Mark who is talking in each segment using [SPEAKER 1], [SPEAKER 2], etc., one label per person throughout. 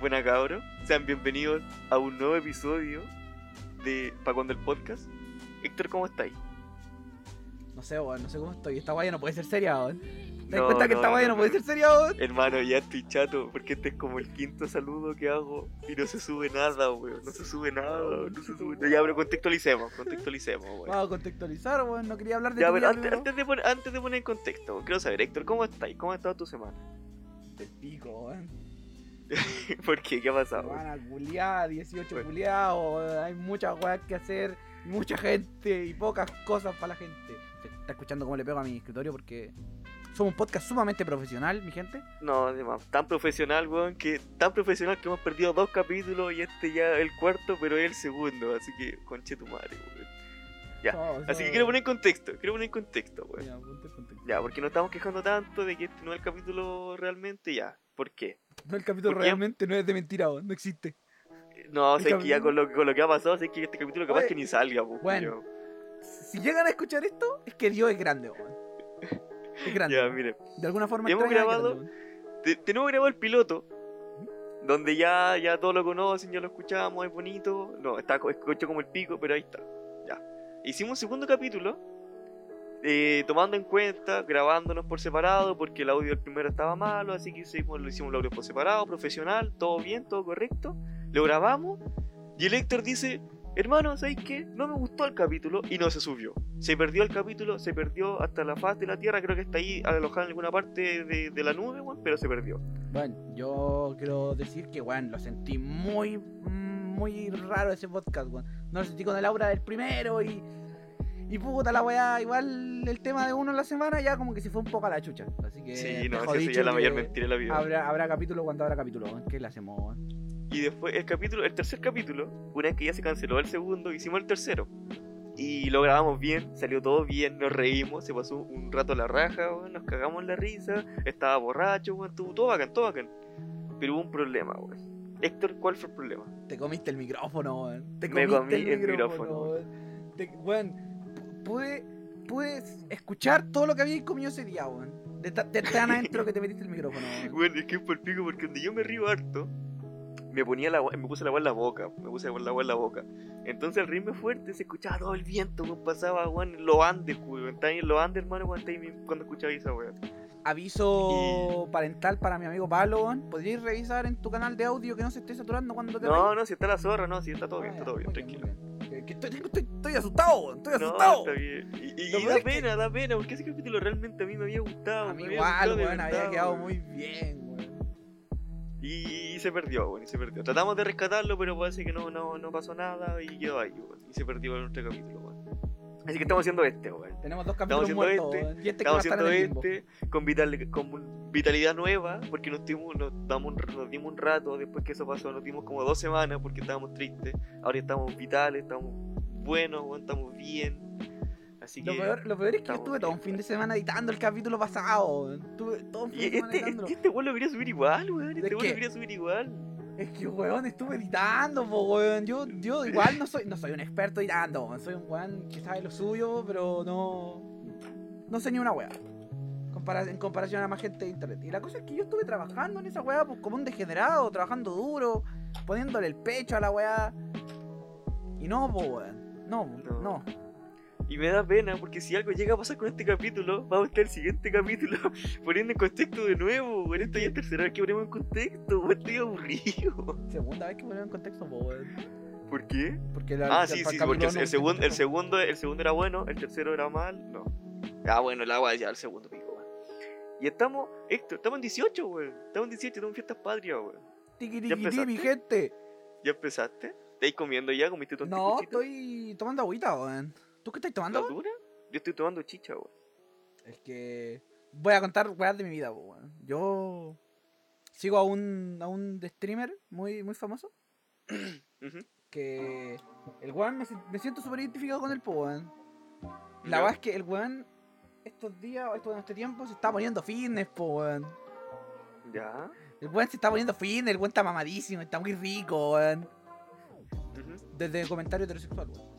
[SPEAKER 1] buena cabros, sean bienvenidos a un nuevo episodio de Pa' cuando el podcast. Héctor, ¿cómo estáis?
[SPEAKER 2] No sé, weón, no sé cómo estoy. Esta guaya no puede ser seria, weón. ¿Te das
[SPEAKER 1] No,
[SPEAKER 2] cuenta que
[SPEAKER 1] no,
[SPEAKER 2] esta guaya
[SPEAKER 1] no,
[SPEAKER 2] no, puede
[SPEAKER 1] no.
[SPEAKER 2] ser seria, weón?
[SPEAKER 1] Hermano, ya estoy chato porque este es como el quinto saludo que hago y no se sube nada, weón. No se sube nada, weón, no se sube nada. Ya, pero contextualicemos, contextualicemos, weón.
[SPEAKER 2] Vamos a contextualizar, weón. No quería hablar de
[SPEAKER 1] Ya,
[SPEAKER 2] tu
[SPEAKER 1] pero
[SPEAKER 2] vida
[SPEAKER 1] antes,
[SPEAKER 2] primero.
[SPEAKER 1] antes de poner, antes de poner en contexto, weón, quiero saber, Héctor, ¿cómo estáis? ¿Cómo ha estado tu semana?
[SPEAKER 2] Del pico, weón.
[SPEAKER 1] ¿Por qué? ¿Qué ha pasado? weón?
[SPEAKER 2] Semana culiada, 18
[SPEAKER 1] Bueno.
[SPEAKER 2] culiados, weón. Hay muchas weas que hacer, y mucha gente y pocas cosas para la gente. Se Está escuchando cómo le pego a mi escritorio porque somos un podcast sumamente profesional, mi gente.
[SPEAKER 1] No, además, tan profesional, weón, que tan profesional que hemos perdido dos capítulos y este ya el cuarto, pero es el segundo, así que conche tu madre, weón. Ya,
[SPEAKER 2] Somos-
[SPEAKER 1] Así que quiero poner en contexto, quiero poner en contexto, weón.
[SPEAKER 2] Ya, ponte en contexto.
[SPEAKER 1] Ya, porque nos estamos quejando tanto de que este no es el capítulo realmente, ya. ¿Por qué?
[SPEAKER 2] No, el capítulo
[SPEAKER 1] ¿Por qué?
[SPEAKER 2] realmente no es de mentira, weón. No existe.
[SPEAKER 1] Eh, No,
[SPEAKER 2] El
[SPEAKER 1] sé que ya
[SPEAKER 2] capítulo-
[SPEAKER 1] con lo, con lo que ha pasado, sé que este capítulo capaz
[SPEAKER 2] Oye,
[SPEAKER 1] que ni salga, pues.
[SPEAKER 2] bueno, Si llegan a escuchar esto, es que Dios es grande, weón. Es grande.
[SPEAKER 1] Ya,
[SPEAKER 2] weón.
[SPEAKER 1] mire.
[SPEAKER 2] De alguna forma
[SPEAKER 1] Hemos
[SPEAKER 2] extraña,
[SPEAKER 1] grabado-
[SPEAKER 2] grande, weón.
[SPEAKER 1] Te- Tenemos grabado el piloto, donde ya, ya todos lo conocen, ya lo escuchamos, es bonito. No, está co- escucho como el pico, pero ahí está. Ya. Hicimos un segundo capítulo, eh, tomando en cuenta, grabándonos por separado, porque el audio del primero estaba malo, así que hicimos, lo hicimos el audio por separado, profesional, todo bien, todo correcto. Lo grabamos y el Héctor dice, hermano, ¿sabéis qué? No me gustó el capítulo y no se subió. Se perdió el capítulo, se perdió hasta la faz de la Tierra, creo que está ahí alojada en alguna parte de, de la nube, weón, pero se perdió.
[SPEAKER 2] Bueno, yo quiero decir que, weón, lo sentí muy, mm, muy raro ese podcast, weón. No lo sentí con el aura del primero y. Y puta la weá, igual el tema de uno en la semana ya como que se fue un poco a la chucha. Así que.
[SPEAKER 1] sí, no,
[SPEAKER 2] dejo
[SPEAKER 1] si eso
[SPEAKER 2] dicho
[SPEAKER 1] ya es la
[SPEAKER 2] que
[SPEAKER 1] mayor mentira de la vida.
[SPEAKER 2] Habrá, habrá capítulo cuando habrá capítulo, weón. ¿Qué le hacemos, weón?
[SPEAKER 1] Y después el capítulo, el tercer capítulo, una vez que ya se canceló el segundo, hicimos el tercero. Y lo grabamos bien, salió todo bien, nos reímos, se pasó un rato la raja, weón, nos cagamos la risa, estaba borracho, weón, estuvo todo bacán, todo bacán. Pero hubo un problema, weón. Héctor, ¿cuál fue el problema?
[SPEAKER 2] Te comiste el micrófono, weón. Te
[SPEAKER 1] Me
[SPEAKER 2] comiste
[SPEAKER 1] comí el micrófono,
[SPEAKER 2] weón. Te- Weón, pu- pude, pude escuchar todo lo que había comido ese día, weón. De, ta- de tan adentro que te metiste el micrófono, weón.
[SPEAKER 1] Bueno, es que es por pico porque donde yo me río harto, me ponía la, gua- me puse la agua en la boca, me puse la agua en la boca. Entonces al ritmo fuerte se escuchaba todo el viento, weón, pasaba, weón, en los Andes, weón, estaba en los Andes, hermano, weón, estaba ahí cuando escuchaba esa weón.
[SPEAKER 2] Aviso parental para mi amigo Pablo, weón. ¿Podrías revisar en tu canal de audio que no se esté saturando cuando te
[SPEAKER 1] No,
[SPEAKER 2] reís?
[SPEAKER 1] no, si está la zorra, no, si está todo
[SPEAKER 2] Ah,
[SPEAKER 1] bien,
[SPEAKER 2] ya,
[SPEAKER 1] está todo bien,
[SPEAKER 2] muy
[SPEAKER 1] tranquilo.
[SPEAKER 2] muy bien. Que- que estoy, estoy- estoy asustado, weón, estoy
[SPEAKER 1] No,
[SPEAKER 2] asustado.
[SPEAKER 1] está bien. Y, y-
[SPEAKER 2] Lo
[SPEAKER 1] y
[SPEAKER 2] peor
[SPEAKER 1] da
[SPEAKER 2] es que-
[SPEAKER 1] pena, da pena, porque ese capítulo realmente a mí me había gustado.
[SPEAKER 2] a mí
[SPEAKER 1] me había
[SPEAKER 2] igual,
[SPEAKER 1] gustado de
[SPEAKER 2] weón, había
[SPEAKER 1] verdad,
[SPEAKER 2] quedado
[SPEAKER 1] weón.
[SPEAKER 2] muy bien, weón.
[SPEAKER 1] Y, y se perdió, bueno, y se perdió. Tratamos de rescatarlo, pero parece que no, no, no pasó nada y quedó ahí, weón. Y se perdió en nuestro capítulo, weón. Así que estamos haciendo este, weón.
[SPEAKER 2] Tenemos dos capítulos
[SPEAKER 1] haciendo
[SPEAKER 2] muertos,
[SPEAKER 1] este,
[SPEAKER 2] weón, y este que va a
[SPEAKER 1] Estamos
[SPEAKER 2] estar
[SPEAKER 1] haciendo
[SPEAKER 2] en el limbo.
[SPEAKER 1] este con, vital- con vitalidad nueva, porque nos, dimos, nos, damos un- nos dimos un rato después que eso pasó, nos dimos como dos semanas porque estábamos tristes. Ahora estamos vitales, estamos buenos, weón, estamos bien. Así que.
[SPEAKER 2] Lo peor, lo peor es que yo
[SPEAKER 1] estamos
[SPEAKER 2] estuve todo un
[SPEAKER 1] bien,
[SPEAKER 2] fin de semana editando el capítulo pasado, weón. Estuve todo un fin
[SPEAKER 1] Y
[SPEAKER 2] de semana
[SPEAKER 1] este,
[SPEAKER 2] editándolo.
[SPEAKER 1] este, este weón lo quería subir igual, weón. Este
[SPEAKER 2] ¿De
[SPEAKER 1] weón lo
[SPEAKER 2] qué?
[SPEAKER 1] quería subir igual.
[SPEAKER 2] Es que, weón, estuve editando, po, weón. Yo, yo igual no soy, no soy un experto editando, weón. Soy un weón que sabe lo suyo, pero no. No sé ni una weá. Compara- en comparación a más gente de internet. Y la cosa es que yo estuve trabajando en esa weá pues, como un degenerado, trabajando duro, poniéndole el pecho a la weá. Y no, po, weón. No,
[SPEAKER 1] No.
[SPEAKER 2] no.
[SPEAKER 1] Y me da pena porque si algo llega a pasar con este capítulo, vamos a estar el siguiente capítulo poniendo en contexto de nuevo. Bueno, esto ya es tercera vez que ponemos en contexto, weón. Estoy aburrido.
[SPEAKER 2] Segunda vez que me en contexto, po, weón.
[SPEAKER 1] ¿Por qué?
[SPEAKER 2] Porque la,
[SPEAKER 1] Ah, sí, sí, porque el, segundo, el, segundo, el segundo era bueno, el tercero era mal. No. Ah, bueno, el agua ya, el segundo pico, weón. Y estamos, Héctor, estamos en 18, weón. Estamos en 18, estamos en fiestas patrias, weón.
[SPEAKER 2] Tiquitiquití, mi
[SPEAKER 1] empezaste?
[SPEAKER 2] gente.
[SPEAKER 1] ¿Ya empezaste? ¿Estáis comiendo ya? ¿Comiste tu
[SPEAKER 2] No, estoy tomando agüita, weón. ¿Tú qué estás tomando?
[SPEAKER 1] ¿La dura? Yo estoy tomando chicha, weón.
[SPEAKER 2] Es que voy a contar weas de mi vida, po, weón. Yo sigo a un, a un streamer muy, muy famoso
[SPEAKER 1] Ujú.
[SPEAKER 2] que el weón me, si- me siento súper identificado con el po, weón.
[SPEAKER 1] Ya.
[SPEAKER 2] La verdad es que el weón estos días, o esto, en este tiempo, se está poniendo fitness, po, weón.
[SPEAKER 1] Ya.
[SPEAKER 2] El weón se está poniendo fitness, el weón está mamadísimo, está muy rico, weón.
[SPEAKER 1] Ujú.
[SPEAKER 2] Desde el comentario heterosexual, weón.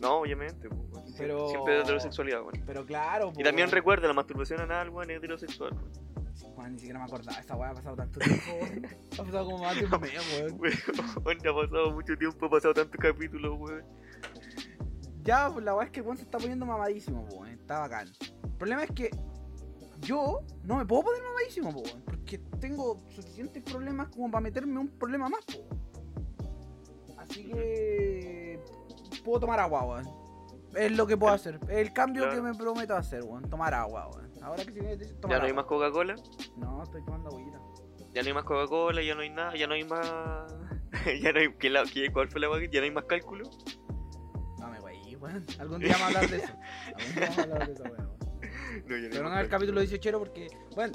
[SPEAKER 1] No, obviamente, pues, weón. Sie-
[SPEAKER 2] Pero-
[SPEAKER 1] Siempre de heterosexualidad, weón.
[SPEAKER 2] Pero claro, po,
[SPEAKER 1] Y también
[SPEAKER 2] weón.
[SPEAKER 1] recuerda, la masturbación anal, weón, es heterosexual, weón.
[SPEAKER 2] Juan, ni siquiera me acordaba. Esa weá ha pasado tanto tiempo, weón. Ha pasado como más de un mes, weón.
[SPEAKER 1] Weón, ya ha pasado mucho tiempo, ha pasado tantos capítulos, weón.
[SPEAKER 2] Ya, pues la weá es que Juan se está poniendo mamadísimo, po, weón. Está bacán. El problema es que yo no me puedo poner mamadísimo, po, weón. Porque tengo suficientes problemas como para meterme un problema más, po, weón. Así que. Puedo tomar agua, weón. Es lo que puedo hacer. Es El cambio
[SPEAKER 1] Claro.
[SPEAKER 2] que me prometo hacer, weón. Tomar agua, weón. Ahora que se viene, tomar
[SPEAKER 1] Ya no hay
[SPEAKER 2] agua.
[SPEAKER 1] más Coca-Cola,
[SPEAKER 2] No, estoy tomando agüita.
[SPEAKER 1] ya no hay más Coca-Cola, ya no hay nada, ya no hay más. ya no hay. ¿qué la- qué- ¿Cuál fue la weá? que- Ya no hay más cálculo.
[SPEAKER 2] No me güey, weón. Algún día vamos a hablar de eso. Algún día vamos a hablar de eso,
[SPEAKER 1] No,
[SPEAKER 2] weón.
[SPEAKER 1] ya no hay
[SPEAKER 2] Pero no
[SPEAKER 1] más
[SPEAKER 2] el capítulo 18 porque, bueno,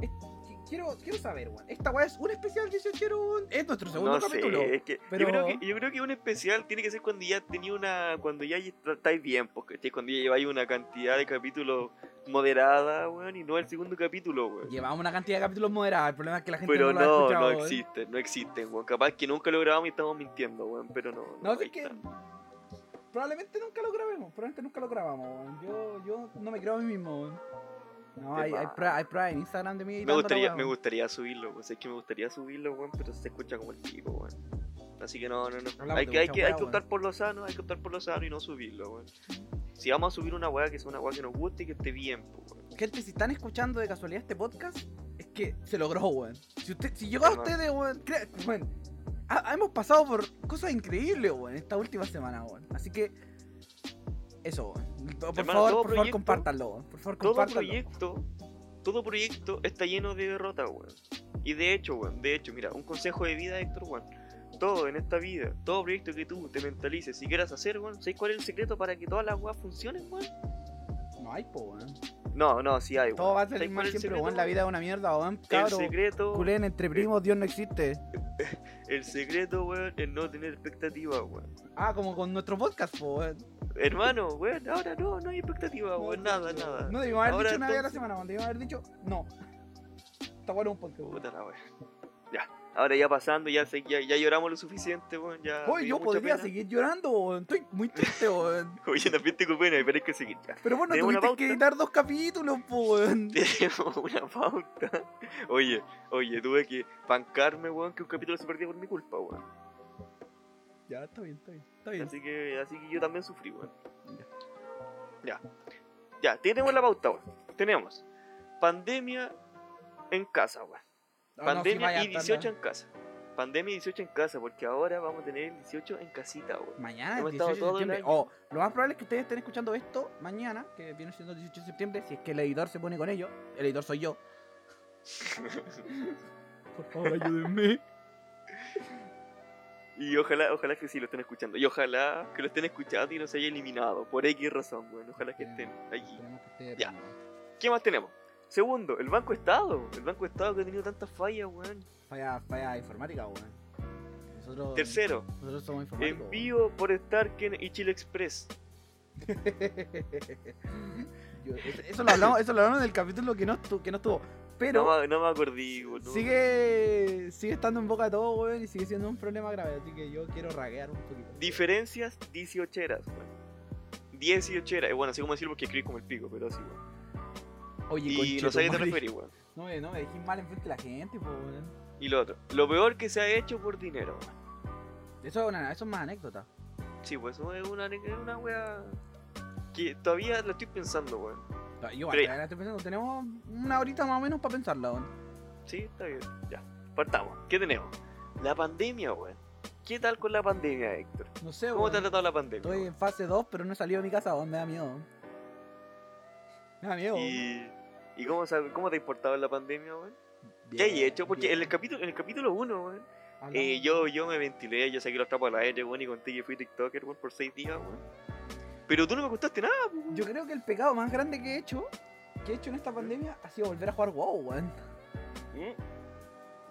[SPEAKER 2] es- qui- quiero, quiero saber, weón. Esta weá es un especial 18, weón. Es nuestro segundo
[SPEAKER 1] no
[SPEAKER 2] capítulo.
[SPEAKER 1] Sé, es que
[SPEAKER 2] pero-
[SPEAKER 1] yo, creo que, yo creo que un especial tiene que ser cuando ya tenía una. cuando ya estáis bien, porque cuando ya lleváis una cantidad de capítulos moderada, weón, y no el segundo capítulo, weón.
[SPEAKER 2] Llevamos una cantidad de capítulos moderada. El problema es que la gente
[SPEAKER 1] Pero
[SPEAKER 2] no lo ha
[SPEAKER 1] no,
[SPEAKER 2] escuchado. ¿eh?
[SPEAKER 1] no
[SPEAKER 2] weón.
[SPEAKER 1] existen, no existen, weón. Capaz que nunca lo grabamos y estamos mintiendo, weón, pero no.
[SPEAKER 2] No,
[SPEAKER 1] ahí
[SPEAKER 2] es que
[SPEAKER 1] está.
[SPEAKER 2] probablemente nunca lo grabemos. Probablemente nunca lo grabamos, weón. Yo, yo no me creo a mí mismo, weón. No,
[SPEAKER 1] Qué
[SPEAKER 2] hay, hay,
[SPEAKER 1] mal.
[SPEAKER 2] prueba- hay prueba en Instagram de mí.
[SPEAKER 1] Me
[SPEAKER 2] editando la
[SPEAKER 1] gustaría,
[SPEAKER 2] weá,
[SPEAKER 1] me
[SPEAKER 2] weón.
[SPEAKER 1] gustaría subirlo, weón. Sé que me gustaría subirlo, weón, pero se escucha como el pico, weón. Así que no, no, no.
[SPEAKER 2] Hablamos
[SPEAKER 1] Hay
[SPEAKER 2] de
[SPEAKER 1] que, hay
[SPEAKER 2] mucha
[SPEAKER 1] que,
[SPEAKER 2] weá,
[SPEAKER 1] hay que
[SPEAKER 2] weón.
[SPEAKER 1] optar por lo sano, hay que optar por lo sano y no subirlo, weón. Si vamos a subir una weá que sea una weá que nos guste y que esté bien, pues, weón.
[SPEAKER 2] Gente, si están escuchando de casualidad este podcast, es que se logró, weón. Si, usted, si llegó a
[SPEAKER 1] Hermano.
[SPEAKER 2] ustedes, weón, cre- weón, ha- hemos pasado por cosas increíbles, weón, esta última semana, weón. Así que, eso, weón. Por
[SPEAKER 1] Hermano, todo
[SPEAKER 2] favor, por favor,
[SPEAKER 1] proyecto-
[SPEAKER 2] compártanlo, weón. Por favor,
[SPEAKER 1] todo
[SPEAKER 2] compártanlo.
[SPEAKER 1] proyecto, todo proyecto está lleno de derrotas, weón. Y de hecho, weón, de hecho, mira, un consejo de vida, Héctor, weón. Todo en esta vida, todo proyecto que tú te mentalices y quieras hacer, weón, ¿sabes cuál es el secreto para que todas las weas funcionen, weón?
[SPEAKER 2] No hay, po, weón.
[SPEAKER 1] No, no, sí hay, weón.
[SPEAKER 2] Todo va a
[SPEAKER 1] ¿Sabes
[SPEAKER 2] salir
[SPEAKER 1] cuál
[SPEAKER 2] mal
[SPEAKER 1] es el
[SPEAKER 2] siempre,
[SPEAKER 1] secreto,
[SPEAKER 2] weón. La vida es una mierda, weón.
[SPEAKER 1] El
[SPEAKER 2] Cabro,
[SPEAKER 1] secreto,
[SPEAKER 2] culen entre primos, Dios no existe.
[SPEAKER 1] el secreto, weón, es no tener expectativas, weón.
[SPEAKER 2] Ah, como con nuestro podcast, po, weón.
[SPEAKER 1] Hermano, weón, ahora no, no hay expectativa, weón, nada, nada.
[SPEAKER 2] No debimos haber
[SPEAKER 1] Ahora,
[SPEAKER 2] dicho nada a la
[SPEAKER 1] entonces-
[SPEAKER 2] semana, weón. Debimos haber dicho, no. Está bueno un podcast, weón.
[SPEAKER 1] Puta la wea. Ya, ahora ya pasando, ya, se- ya, ya lloramos lo suficiente, weón, ya. me
[SPEAKER 2] Hoy
[SPEAKER 1] dio
[SPEAKER 2] yo
[SPEAKER 1] mucha
[SPEAKER 2] podría
[SPEAKER 1] pena.
[SPEAKER 2] seguir llorando, weón. estoy muy triste, weón.
[SPEAKER 1] Oye, también tengo pena, pero hay que seguir ya.
[SPEAKER 2] Pero bueno,
[SPEAKER 1] Tenemos una
[SPEAKER 2] tuviste que
[SPEAKER 1] pauta.
[SPEAKER 2] editar dos capítulos, po, weón.
[SPEAKER 1] Tenemos una pauta. Oye, oye, tuve que pancarme, weón, que un capítulo se perdió por mi culpa, weón.
[SPEAKER 2] Ya, está bien, está bien. Está bien.
[SPEAKER 1] Así que, así que yo también sufrí, weón. Ya. Ya, tenemos la pauta, weón. Tenemos pandemia en casa, weón.
[SPEAKER 2] Ah, No, no, sí,
[SPEAKER 1] pandemia
[SPEAKER 2] vaya,
[SPEAKER 1] y
[SPEAKER 2] está-
[SPEAKER 1] 18 en casa. Pandemia y 18 en casa, porque ahora vamos a tener el 18 en casita, weón.
[SPEAKER 2] Mañana, el
[SPEAKER 1] Hemos estado
[SPEAKER 2] 18 de
[SPEAKER 1] todo el
[SPEAKER 2] septiembre.
[SPEAKER 1] año.
[SPEAKER 2] Oh, lo más probable es que ustedes estén escuchando esto mañana, que viene siendo el 18 de septiembre, si es que el editor se pone con ello. El editor soy yo. Por favor, ayúdenme.
[SPEAKER 1] Y ojalá, ojalá que sí lo estén escuchando. Y ojalá que lo estén escuchando y no se haya eliminado. Por X razón, weón. Ojalá que estén allí. Ya. ¿Qué más tenemos? Segundo, el Banco Estado. El Banco Estado que ha tenido tantas fallas, weón.
[SPEAKER 2] Falla, falla informática, weón. Nosotros,
[SPEAKER 1] Tercero,
[SPEAKER 2] nosotros somos informáticos. weón.
[SPEAKER 1] envío por Starken y Chile Express.
[SPEAKER 2] Yo- eso, eso lo hablamos, eso lo hablamos en el capítulo que no, estu- que no estuvo. Pero
[SPEAKER 1] no, me- no me acordé, weón. no.
[SPEAKER 2] sigue, sigue estando en boca de todo, weón, y sigue siendo un problema grave. Así que yo quiero raguear un poquito.
[SPEAKER 1] Diferencias 18 weón. 18 eras. Bueno, así como decirlo porque escribí como el pico, pero así, weón.
[SPEAKER 2] Oye,
[SPEAKER 1] Y
[SPEAKER 2] conchetumare,
[SPEAKER 1] no sabía qué te referir, weón.
[SPEAKER 2] No me, no me dejís mal enfrente de la gente, po, weón.
[SPEAKER 1] Y lo otro, lo peor que se ha hecho por dinero, weón.
[SPEAKER 2] Eso es, una, eso es más anécdota.
[SPEAKER 1] Sí, pues eso es una, es una weá que todavía lo estoy pensando, weón.
[SPEAKER 2] Yo,
[SPEAKER 1] Pero ya.
[SPEAKER 2] ahora estoy pensando, tenemos una horita más o menos para pensarla, weón.
[SPEAKER 1] Sí, está bien. Ya, partamos. ¿Qué tenemos? La pandemia, weón. ¿Qué tal con la pandemia, Héctor?
[SPEAKER 2] No sé,
[SPEAKER 1] ¿Cómo te ha
[SPEAKER 2] weón.
[SPEAKER 1] tratado la pandemia?
[SPEAKER 2] Estoy en fase 2, pero no he salido de mi casa, weón. Me da miedo. Me da miedo.
[SPEAKER 1] weón?
[SPEAKER 2] weón.
[SPEAKER 1] ¿Y, y cómo, sabe- cómo te ha importado la pandemia, weón? ¿Qué hay
[SPEAKER 2] Bien,
[SPEAKER 1] hecho? Porque
[SPEAKER 2] bien.
[SPEAKER 1] en el capítulo en el capítulo 1, weón,
[SPEAKER 2] Hablamos-
[SPEAKER 1] eh, yo, yo me ventilé, yo saqué los trapos al aire, weón, y conté que fui TikToker, weón, por 6 días, weón. Pero tú no me contaste nada, weón.
[SPEAKER 2] Yo creo que el pecado más grande que he hecho, que he hecho en esta pandemia, ha sido volver a jugar WoW, weón.
[SPEAKER 1] ¿Mm?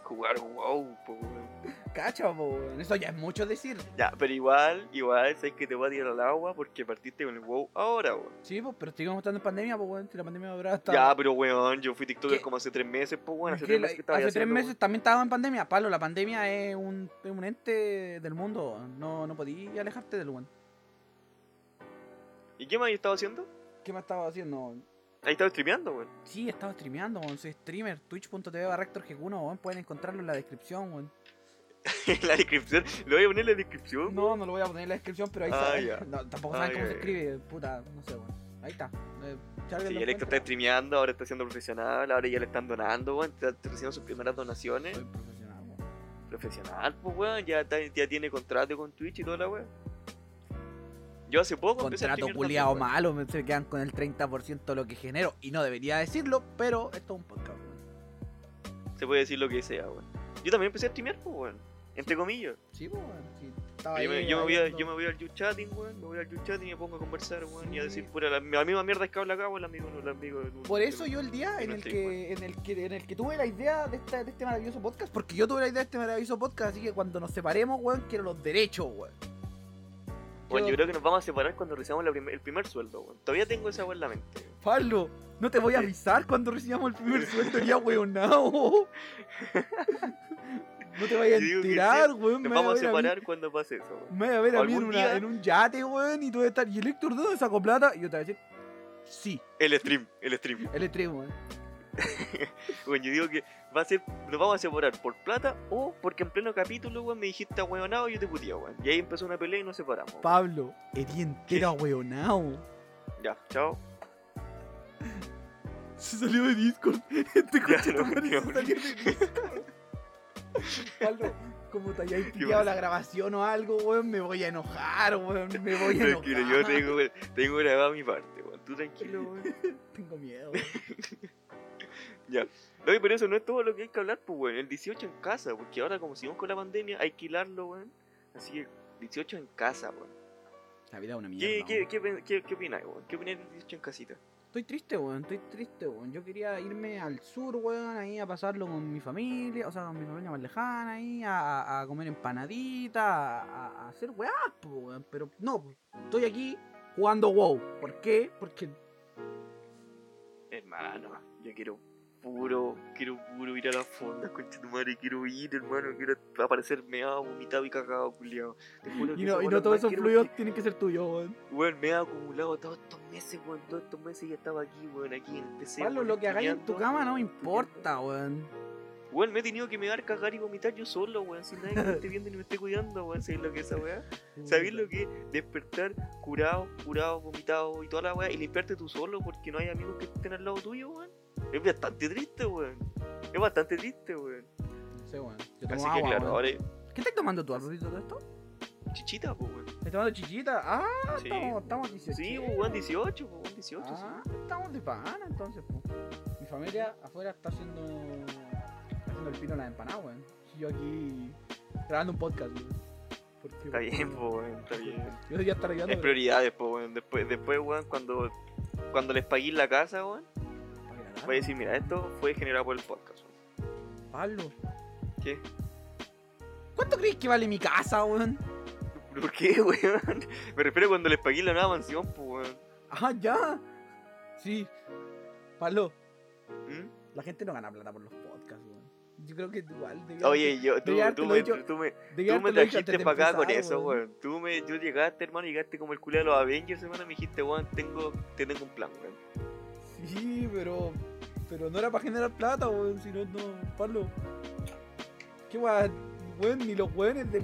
[SPEAKER 1] Jugar wow, po, weón.
[SPEAKER 2] Cacha, po, weón. Eso ya es mucho decir.
[SPEAKER 1] Ya, pero igual, igual, sabes que te voy a tirar al agua porque partiste con el wow ahora, weón.
[SPEAKER 2] Sí, pues, pero seguimos estando en pandemia, po, weón. Si la pandemia va a durar hasta.
[SPEAKER 1] Ya, pero weón, yo fui TikToker
[SPEAKER 2] ¿Qué?
[SPEAKER 1] como hace tres meses, pues weón, hace
[SPEAKER 2] Porque
[SPEAKER 1] tres
[SPEAKER 2] la-
[SPEAKER 1] meses que estaba
[SPEAKER 2] hace tres
[SPEAKER 1] haciendo,
[SPEAKER 2] meses también estábamos en pandemia. Pablo, la pandemia es un, es un ente del mundo. weón. No, no podí alejarte del weón.
[SPEAKER 1] weón. ¿Y qué más he estado haciendo?
[SPEAKER 2] ¿Qué me estaba haciendo?
[SPEAKER 1] Ahí estaba streameando, weón.
[SPEAKER 2] Sí, he estado streameando, weón. Soy streamer. Twitch.tv barra Héctor G1, weón. Pueden encontrarlo en la descripción, weón.
[SPEAKER 1] En la descripción. Lo voy a poner en la descripción.
[SPEAKER 2] No, no lo voy a poner en la descripción, pero ahí
[SPEAKER 1] Ah,
[SPEAKER 2] saben.
[SPEAKER 1] ya.
[SPEAKER 2] No, tampoco
[SPEAKER 1] Ah,
[SPEAKER 2] saben cómo
[SPEAKER 1] ya,
[SPEAKER 2] se
[SPEAKER 1] ya.
[SPEAKER 2] escribe, puta, no sé, weón. Ahí está. Eh, si alguien
[SPEAKER 1] Sí,
[SPEAKER 2] lo
[SPEAKER 1] el Héctor está
[SPEAKER 2] encuentra,
[SPEAKER 1] streameando, ahora está siendo profesional, ahora ya le están donando, weón. Está está recibiendo sus primeras donaciones.
[SPEAKER 2] soy profesional, weón.
[SPEAKER 1] Profesional, pues, weón. Ya, está- ya tiene contrato con Twitch y toda la weón. Yo hace poco empecé a
[SPEAKER 2] Contrato
[SPEAKER 1] streamear
[SPEAKER 2] culiado
[SPEAKER 1] también,
[SPEAKER 2] malo, me se quedan con el 30% de lo que genero. Y no debería decirlo, pero esto es un podcast, weón.
[SPEAKER 1] weón. Se puede decir lo que sea, weón. Yo también empecé a streamear, pues, weón. Entre comillas.
[SPEAKER 2] Sí, pues, weón. sí, estaba
[SPEAKER 1] Yo me,
[SPEAKER 2] ahí
[SPEAKER 1] yo me voy a,
[SPEAKER 2] viendo.
[SPEAKER 1] yo me voy al YouChatting, weón. Me voy al YouChatting y me pongo a conversar, weón. Y a
[SPEAKER 2] Sí.
[SPEAKER 1] decir pura la, la misma mierda que habla acá, weón. El amigo, el amigo.
[SPEAKER 2] Por eso yo el día
[SPEAKER 1] yo
[SPEAKER 2] en
[SPEAKER 1] no
[SPEAKER 2] el,
[SPEAKER 1] estoy
[SPEAKER 2] que, en, el que, en el que tuve la idea de, esta- de este maravilloso podcast, porque yo tuve la idea de este maravilloso podcast, así que cuando nos separemos, weón, quiero los derechos, weón.
[SPEAKER 1] Bueno,
[SPEAKER 2] Yo-
[SPEAKER 1] yo creo que nos vamos a separar cuando recibamos la prim- el primer sueldo, weón. Todavía tengo esa weón en la mente.
[SPEAKER 2] Pablo, no te voy a avisar cuando recibamos el primer sueldo, ya weonado. No te vayas a
[SPEAKER 1] Yo digo que
[SPEAKER 2] enterar,
[SPEAKER 1] sí,
[SPEAKER 2] weón.
[SPEAKER 1] Nos
[SPEAKER 2] me vas
[SPEAKER 1] vamos a
[SPEAKER 2] ver mí-
[SPEAKER 1] separar cuando pase eso, weón.
[SPEAKER 2] Me voy a ver a mí en,
[SPEAKER 1] Algún
[SPEAKER 2] una-
[SPEAKER 1] día-
[SPEAKER 2] en un yate, weón, y tú vas a estar. ¿Y el Héctor de dónde sacó plata? Y yo te voy a decir, sí,
[SPEAKER 1] El stream, el stream.
[SPEAKER 2] el extremo, eh. weón.
[SPEAKER 1] Bueno, yo digo que va a ser, nos vamos a separar por plata o porque en pleno capítulo, weón, me dijiste weonado y yo te putía, weón. Y ahí empezó una pelea y nos separamos. weón.
[SPEAKER 2] Pablo, eres entero weonado.
[SPEAKER 1] Ya, chao.
[SPEAKER 2] Se salió de Discord. Este
[SPEAKER 1] Ya,
[SPEAKER 2] coche
[SPEAKER 1] no,
[SPEAKER 2] se
[SPEAKER 1] tío.
[SPEAKER 2] salió de Discord. Pablo, como te hayáis pillado
[SPEAKER 1] pasa?
[SPEAKER 2] la grabación o algo, weón, me voy a enojar, weón. Me voy a enojar.
[SPEAKER 1] Tranquilo, yo tengo, tengo grabado mi parte, weón. Tú tranquilo, weón.
[SPEAKER 2] Tengo miedo. weón.
[SPEAKER 1] Oye, pero eso no es todo lo que hay que hablar, pues, weón. El 18 en casa, porque ahora, como sigamos con la pandemia, hay que hilarlo, weón. Así que, 18 en casa, weón.
[SPEAKER 2] La vida es una mierda.
[SPEAKER 1] ¿Qué, qué,
[SPEAKER 2] weón.
[SPEAKER 1] qué, pen- qué- qué opináis, weón? ¿Qué opináis del 18 en casita?
[SPEAKER 2] Estoy triste, weón. Estoy triste, weón. Yo quería irme al sur, weón, ahí a pasarlo con mi familia, o sea, con mi familia más lejana, ahí a, a- a comer empanaditas, a, a- a hacer weás, po, weón. Pero no, po. estoy aquí jugando wow. ¿Por qué? Porque
[SPEAKER 1] Hermano, yo quiero puro, quiero puro ir a la fonda, concha tu madre, quiero ir, hermano, quiero aparecer meado, vomitado y cagado, culiado. Te juro que
[SPEAKER 2] Y no,
[SPEAKER 1] esa
[SPEAKER 2] y
[SPEAKER 1] weá
[SPEAKER 2] no
[SPEAKER 1] es
[SPEAKER 2] todos
[SPEAKER 1] más
[SPEAKER 2] esos
[SPEAKER 1] quiero-
[SPEAKER 2] fluidos tienen que ser tuyos, weón.
[SPEAKER 1] Weón, me he acumulado todos estos meses, weón, todos estos meses ya estaba aquí, weón, aquí en el PC.
[SPEAKER 2] Pablo,
[SPEAKER 1] weón,
[SPEAKER 2] lo que hagáis en tu
[SPEAKER 1] pues, estudiando.
[SPEAKER 2] cama no me importa, weón.
[SPEAKER 1] Weón, me he tenido que mear, cagar y vomitar yo solo, weón, sin nadie que me esté viendo ni me esté cuidando, weón, ¿sabéis lo que es esa weá? ¿Sabéis lo que es despertar curado, curado, vomitado y toda la weá y limpiarte tú solo porque no hay amigos que estén al lado tuyo, weón? Es bastante triste, weón. Es bastante triste, weón.
[SPEAKER 2] No sé, weón. Yo tomo
[SPEAKER 1] Así
[SPEAKER 2] agua,
[SPEAKER 1] que claro,
[SPEAKER 2] weón.
[SPEAKER 1] ahora
[SPEAKER 2] ¿Qué estás tomando tú al ratito de todo esto?
[SPEAKER 1] chichita, pues, weón.
[SPEAKER 2] ¿Estás tomando chichita? Ah,
[SPEAKER 1] Sí,
[SPEAKER 2] estamos,
[SPEAKER 1] weón.
[SPEAKER 2] estamos 18.
[SPEAKER 1] Sí, pues, weón, 18, pues, weón, 18,
[SPEAKER 2] Ah,
[SPEAKER 1] sí.
[SPEAKER 2] estamos de pana entonces, po. Mi familia afuera está haciendo. está haciendo el pino en las empanadas, weón. Y Yo aquí grabando un podcast, weón. Porque,
[SPEAKER 1] Está bien,
[SPEAKER 2] weón,
[SPEAKER 1] pues, weón, está bien.
[SPEAKER 2] Yo debería estar ayudando.
[SPEAKER 1] Es
[SPEAKER 2] pero-
[SPEAKER 1] prioridades, pues, weón. Después, después weón, cuando, cuando les paguéis la casa, weón,
[SPEAKER 2] Para grabar,
[SPEAKER 1] voy a decir, mira, esto fue generado por el podcast, weón.
[SPEAKER 2] Pablo.
[SPEAKER 1] ¿Qué?
[SPEAKER 2] ¿Cuánto crees que vale mi casa, weón?
[SPEAKER 1] ¿Por qué, weón? Me refiero cuando les paguéis la nueva mansión, pues, weón.
[SPEAKER 2] Ah, ya. Sí. Pablo,
[SPEAKER 1] ¿Mm?
[SPEAKER 2] la gente no gana plata por los podcasts, weón. Yo creo que igual debía-
[SPEAKER 1] Oye, yo, tú,
[SPEAKER 2] Debía haberte
[SPEAKER 1] tú,
[SPEAKER 2] lo
[SPEAKER 1] me,
[SPEAKER 2] dicho-
[SPEAKER 1] tú, me,
[SPEAKER 2] debía
[SPEAKER 1] tú me
[SPEAKER 2] habértelo dicho antes
[SPEAKER 1] trajiste
[SPEAKER 2] de
[SPEAKER 1] para acá con
[SPEAKER 2] empezar,
[SPEAKER 1] eso, weón. Tú me, tú llegaste, hermano, llegaste como el culo de los Avengers, hermano, y me dijiste, weón, tengo, te tengo un plan, weón.
[SPEAKER 2] Sí, pero. Pero no era para generar plata, weón. Si no, no, Pablo. Qué weón, weón, ni los weones del,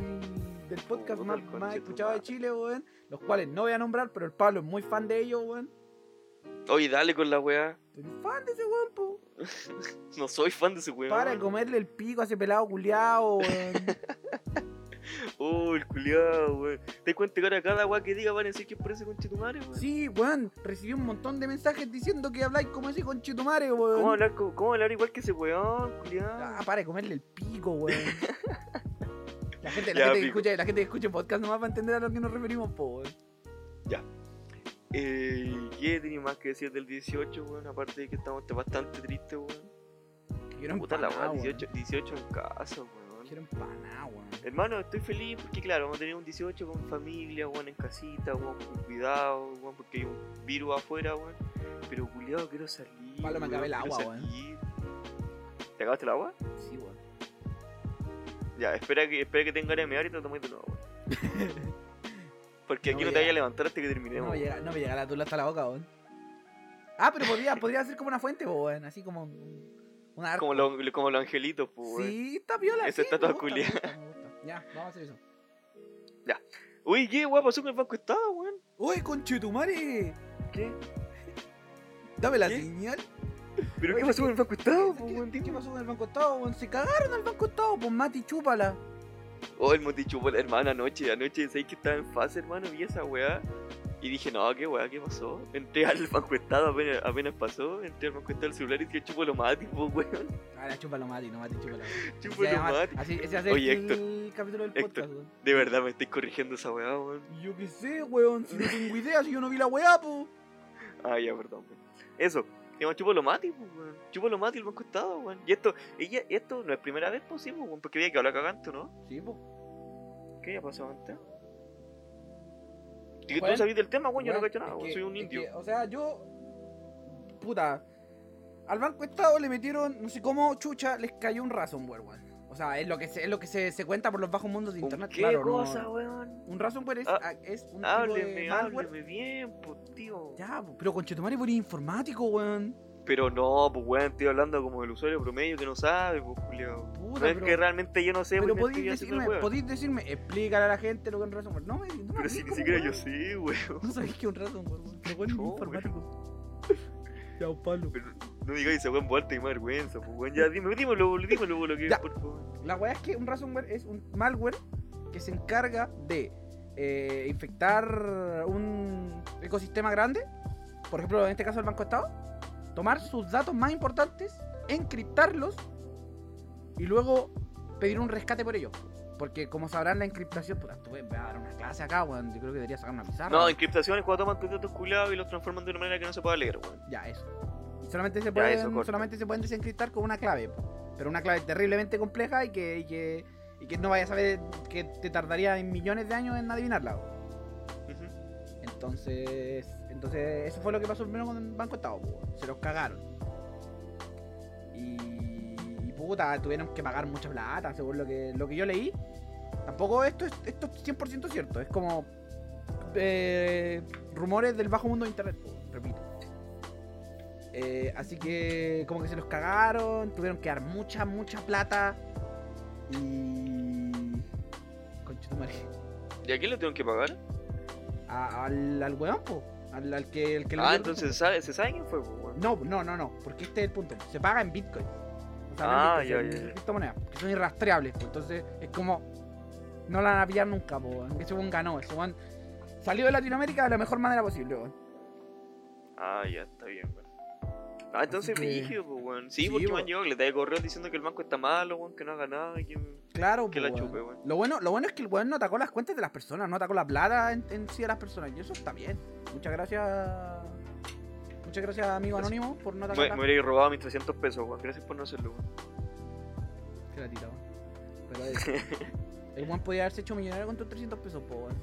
[SPEAKER 2] del podcast
[SPEAKER 1] Puta,
[SPEAKER 2] más,
[SPEAKER 1] el
[SPEAKER 2] más
[SPEAKER 1] conche tu
[SPEAKER 2] escuchado de
[SPEAKER 1] madre.
[SPEAKER 2] Chile, weón. Los cuales no voy a nombrar, pero el Pablo es muy fan de ellos, weón.
[SPEAKER 1] Oye, dale con la weá.
[SPEAKER 2] Soy fan de ese weón, po.
[SPEAKER 1] No soy fan de ese weón.
[SPEAKER 2] Para de
[SPEAKER 1] weón.
[SPEAKER 2] comerle el pico a ese pelado culiao, weón.
[SPEAKER 1] Oh, el culiado, weón. Te cuenta que ahora cada weá que diga van a decir que es por ese conchetumare, weón.
[SPEAKER 2] sí, weón. Recibí un montón de mensajes diciendo que habláis como ese conchetumare, weón.
[SPEAKER 1] ¿Cómo hablar, co- cómo hablar igual que ese weón, culiado?
[SPEAKER 2] Ah, para de comerle el pico, weón. La gente, la,
[SPEAKER 1] Ya,
[SPEAKER 2] gente que
[SPEAKER 1] pico.
[SPEAKER 2] escucha, la gente que escucha podcast nomás va a entender a lo que nos referimos, po, weón.
[SPEAKER 1] Eh, ¿Qué tenía más que decir del 18, weón? Aparte de que estamos bastante tristes, weón.
[SPEAKER 2] Quiero
[SPEAKER 1] Puta la weá,
[SPEAKER 2] empanada,
[SPEAKER 1] 18, 18 en casa, weón.
[SPEAKER 2] weón. Quiero empanada, weón.
[SPEAKER 1] Hermano, estoy feliz porque, claro, vamos a tener un 18 con familia, weón, en casita, weón, con cuidado, weón, porque hay un virus afuera, weón. Pero, culiado, quiero salir.
[SPEAKER 2] Pablo, me
[SPEAKER 1] weón,
[SPEAKER 2] acabé el
[SPEAKER 1] quiero
[SPEAKER 2] agua, weón.
[SPEAKER 1] salir. ¿Te acabaste el agua?
[SPEAKER 2] Sí, weón.
[SPEAKER 1] Ya, espera que, espera que tenga ganas de mear y te lo tomáis de nuevo, weón. Porque
[SPEAKER 2] No
[SPEAKER 1] aquí no,
[SPEAKER 2] voy
[SPEAKER 1] te
[SPEAKER 2] a-
[SPEAKER 1] vayas a levantar hasta que
[SPEAKER 2] No
[SPEAKER 1] terminemos.
[SPEAKER 2] me,
[SPEAKER 1] weón.
[SPEAKER 2] llega, no me llega la tula hasta la boca, weón. Ah, pero podría, podría ser como una fuente, po, weón. Así como un- una arco.
[SPEAKER 1] Como los como los angelitos, pues. weón.
[SPEAKER 2] Sí, está viola.
[SPEAKER 1] Esa
[SPEAKER 2] sí, me
[SPEAKER 1] estatua
[SPEAKER 2] gusta, me gusta, me gusta. Ya, vamos a hacer eso.
[SPEAKER 1] Uy, qué guapo, pasó con el banco de estado, weón.
[SPEAKER 2] ¡Uy, conchetumare!
[SPEAKER 1] ¿Qué?
[SPEAKER 2] Dame la
[SPEAKER 1] ¿Qué?
[SPEAKER 2] señal.
[SPEAKER 1] ¿Pero
[SPEAKER 2] Oye,
[SPEAKER 1] qué pasó con el banco de estado, po, weón?
[SPEAKER 2] ¿Qué,
[SPEAKER 1] Dime.
[SPEAKER 2] ¿Qué pasó con el banco estado, weón? Se cagaron al banco estado, pues Mati, chúpala.
[SPEAKER 1] Oh, el Montichupol, hermano, anoche, anoche, ¿sabes que estaba en fase, hermano? Vi esa weá. Y dije, no, qué weá, ¿qué pasó? Entré al banco de estado, apenas, apenas pasó. Entré al banco de estado del celular y dije, chupo lo mati, po, weón.
[SPEAKER 2] Ah, la chúpalo, Mati, no Mati, chúpala. weón.
[SPEAKER 1] Chupo lo
[SPEAKER 2] Ese va-
[SPEAKER 1] mati.
[SPEAKER 2] Así, ese va a ser
[SPEAKER 1] Oye,
[SPEAKER 2] el capítulo del
[SPEAKER 1] Héctor.
[SPEAKER 2] podcast, weón.
[SPEAKER 1] De verdad me estoy corrigiendo esa weá, weón.
[SPEAKER 2] Yo qué sé, weón, si no tengo idea, si yo no vi la weá, po.
[SPEAKER 1] Ah, ya, perdón. weón. Eso, llama Chupo lo mati, po, weón. Chupo lo mati, el banco de estado, weón. Y esto, y ya- esto no es primera vez posible, weón, porque había que hablar cagante, ¿no?
[SPEAKER 2] Sí, po.
[SPEAKER 1] ¿Qué había pasado antes? Y que tú
[SPEAKER 2] Weón,
[SPEAKER 1] sabías del tema, weón, yo no
[SPEAKER 2] Weón,
[SPEAKER 1] cacho nada,
[SPEAKER 2] es
[SPEAKER 1] weón,
[SPEAKER 2] que-
[SPEAKER 1] soy un
[SPEAKER 2] es
[SPEAKER 1] indio.
[SPEAKER 2] que, o sea, yo. Puta. Al Banco Estado le metieron, no sé cómo, chucha, les cayó un ransomware, weón. O sea, es lo que se, es lo que se, se cuenta por los bajos mundos de
[SPEAKER 1] ¿Con
[SPEAKER 2] internet,
[SPEAKER 1] ¿Qué
[SPEAKER 2] claro. no-
[SPEAKER 1] cosa, weón?
[SPEAKER 2] Un ransomware es,
[SPEAKER 1] Ah,
[SPEAKER 2] a- es un tipo de
[SPEAKER 1] Hábleme,
[SPEAKER 2] malware.
[SPEAKER 1] hábleme bien, pues, tío.
[SPEAKER 2] Ya, po, pero conchetumare por informático, weón.
[SPEAKER 1] Pero no, pues, weón, estoy hablando como del usuario promedio que no sabe, pues, Julio.
[SPEAKER 2] Puta,
[SPEAKER 1] No es
[SPEAKER 2] pero-
[SPEAKER 1] que realmente yo no sé,
[SPEAKER 2] Pero
[SPEAKER 1] pues, me
[SPEAKER 2] podéis
[SPEAKER 1] estoy haciendo el
[SPEAKER 2] decirme,
[SPEAKER 1] weón.
[SPEAKER 2] podéis decirme, explícale a la gente lo que es un ransomware. No, me, no me
[SPEAKER 1] Pero
[SPEAKER 2] hablís
[SPEAKER 1] si ni
[SPEAKER 2] como
[SPEAKER 1] siquiera yo
[SPEAKER 2] weón.
[SPEAKER 1] sé, weón.
[SPEAKER 2] No sabéis que es un ransomware, weón. Pero weón, es
[SPEAKER 1] No, weón.
[SPEAKER 2] informático. Ya, Pablo.
[SPEAKER 1] Pero no digáis esa weón, vuelta y más vergüenza, pues, weón. Ya, dime, dímelo, dímelo, lo que
[SPEAKER 2] Ya.
[SPEAKER 1] por favor.
[SPEAKER 2] La weá es que un ransomware es un malware que se encarga de eh, infectar un ecosistema grande, por ejemplo, en este caso el Banco Estado, tomar sus datos más importantes, encriptarlos y luego pedir un rescate por ellos. Porque como sabrán la encriptación, puta, tuve voy a dar una clase acá, weón, yo creo que debería sacar una pizarra.
[SPEAKER 1] No, encriptación es cuando toman tus datos culiados y los transforman de una manera que no se pueda leer, weón.
[SPEAKER 2] Ya, eso. Solamente se
[SPEAKER 1] Ya, eso,
[SPEAKER 2] pueden,
[SPEAKER 1] corta.
[SPEAKER 2] solamente se pueden desencriptar con una clave. po. Pero una clave terriblemente compleja y que, y que, y que no vayas a saber que te tardaría en millones de años en adivinarla. po.
[SPEAKER 1] Ujú.
[SPEAKER 2] Entonces, entonces eso fue lo que pasó primero con el Banco Estado. po, weón. Se los cagaron. Y, y puta, tuvieron que pagar mucha plata, según lo que, lo que yo leí. Tampoco esto es, esto es 100% cierto. Es como eh, rumores del bajo mundo de internet, po, repito. Eh, así que como que se los cagaron, tuvieron que dar mucha, mucha plata. Y... Conchetumare.
[SPEAKER 1] ¿Y a quién le tengo que pagar?
[SPEAKER 2] A- al, al weón, po. Al, al que, el que le dio
[SPEAKER 1] Ah,
[SPEAKER 2] el
[SPEAKER 1] entonces se sabe, se sabe quién fue, pues,
[SPEAKER 2] reporte.
[SPEAKER 1] weón.
[SPEAKER 2] No, no, no, no. Porque este es el punto. Se paga en Bitcoin. O sea, no
[SPEAKER 1] Ah,
[SPEAKER 2] en Bitcoin,
[SPEAKER 1] ya,
[SPEAKER 2] en
[SPEAKER 1] ya, ya.
[SPEAKER 2] criptomonedas. Que son irrastreables, po. Entonces es como. No la van a pillar nunca, po. weón. Ese weón ganó. Ese weón salió de Latinoamérica de la mejor manera posible, weón.
[SPEAKER 1] Ah, ya, está bien, weón. Ah, entonces
[SPEAKER 2] que-
[SPEAKER 1] rígido, pues, weón. Sí,
[SPEAKER 2] Sí,
[SPEAKER 1] porque me
[SPEAKER 2] weón.
[SPEAKER 1] han llegado de correo diciendo que el banco está malo, weón, que no haga nada, y que,
[SPEAKER 2] Claro,
[SPEAKER 1] que
[SPEAKER 2] po,
[SPEAKER 1] la
[SPEAKER 2] weón.
[SPEAKER 1] chupe, weón.
[SPEAKER 2] Lo bueno, lo bueno es que el weón no atacó las cuentas de las personas, no atacó la plata en, en sí de las personas. Y eso está bien. Muchas gracias. Muchas gracias, amigo
[SPEAKER 1] Gracias.
[SPEAKER 2] anónimo, por no
[SPEAKER 1] Me,
[SPEAKER 2] atacar
[SPEAKER 1] me
[SPEAKER 2] las-
[SPEAKER 1] hubiera robado mis 300 pesos, weón. Gracias por no hacerlo, weón.
[SPEAKER 2] Te la tiraba. Pero eso. el Juan podía haberse hecho millonario con tus 300 pesos, po, weón.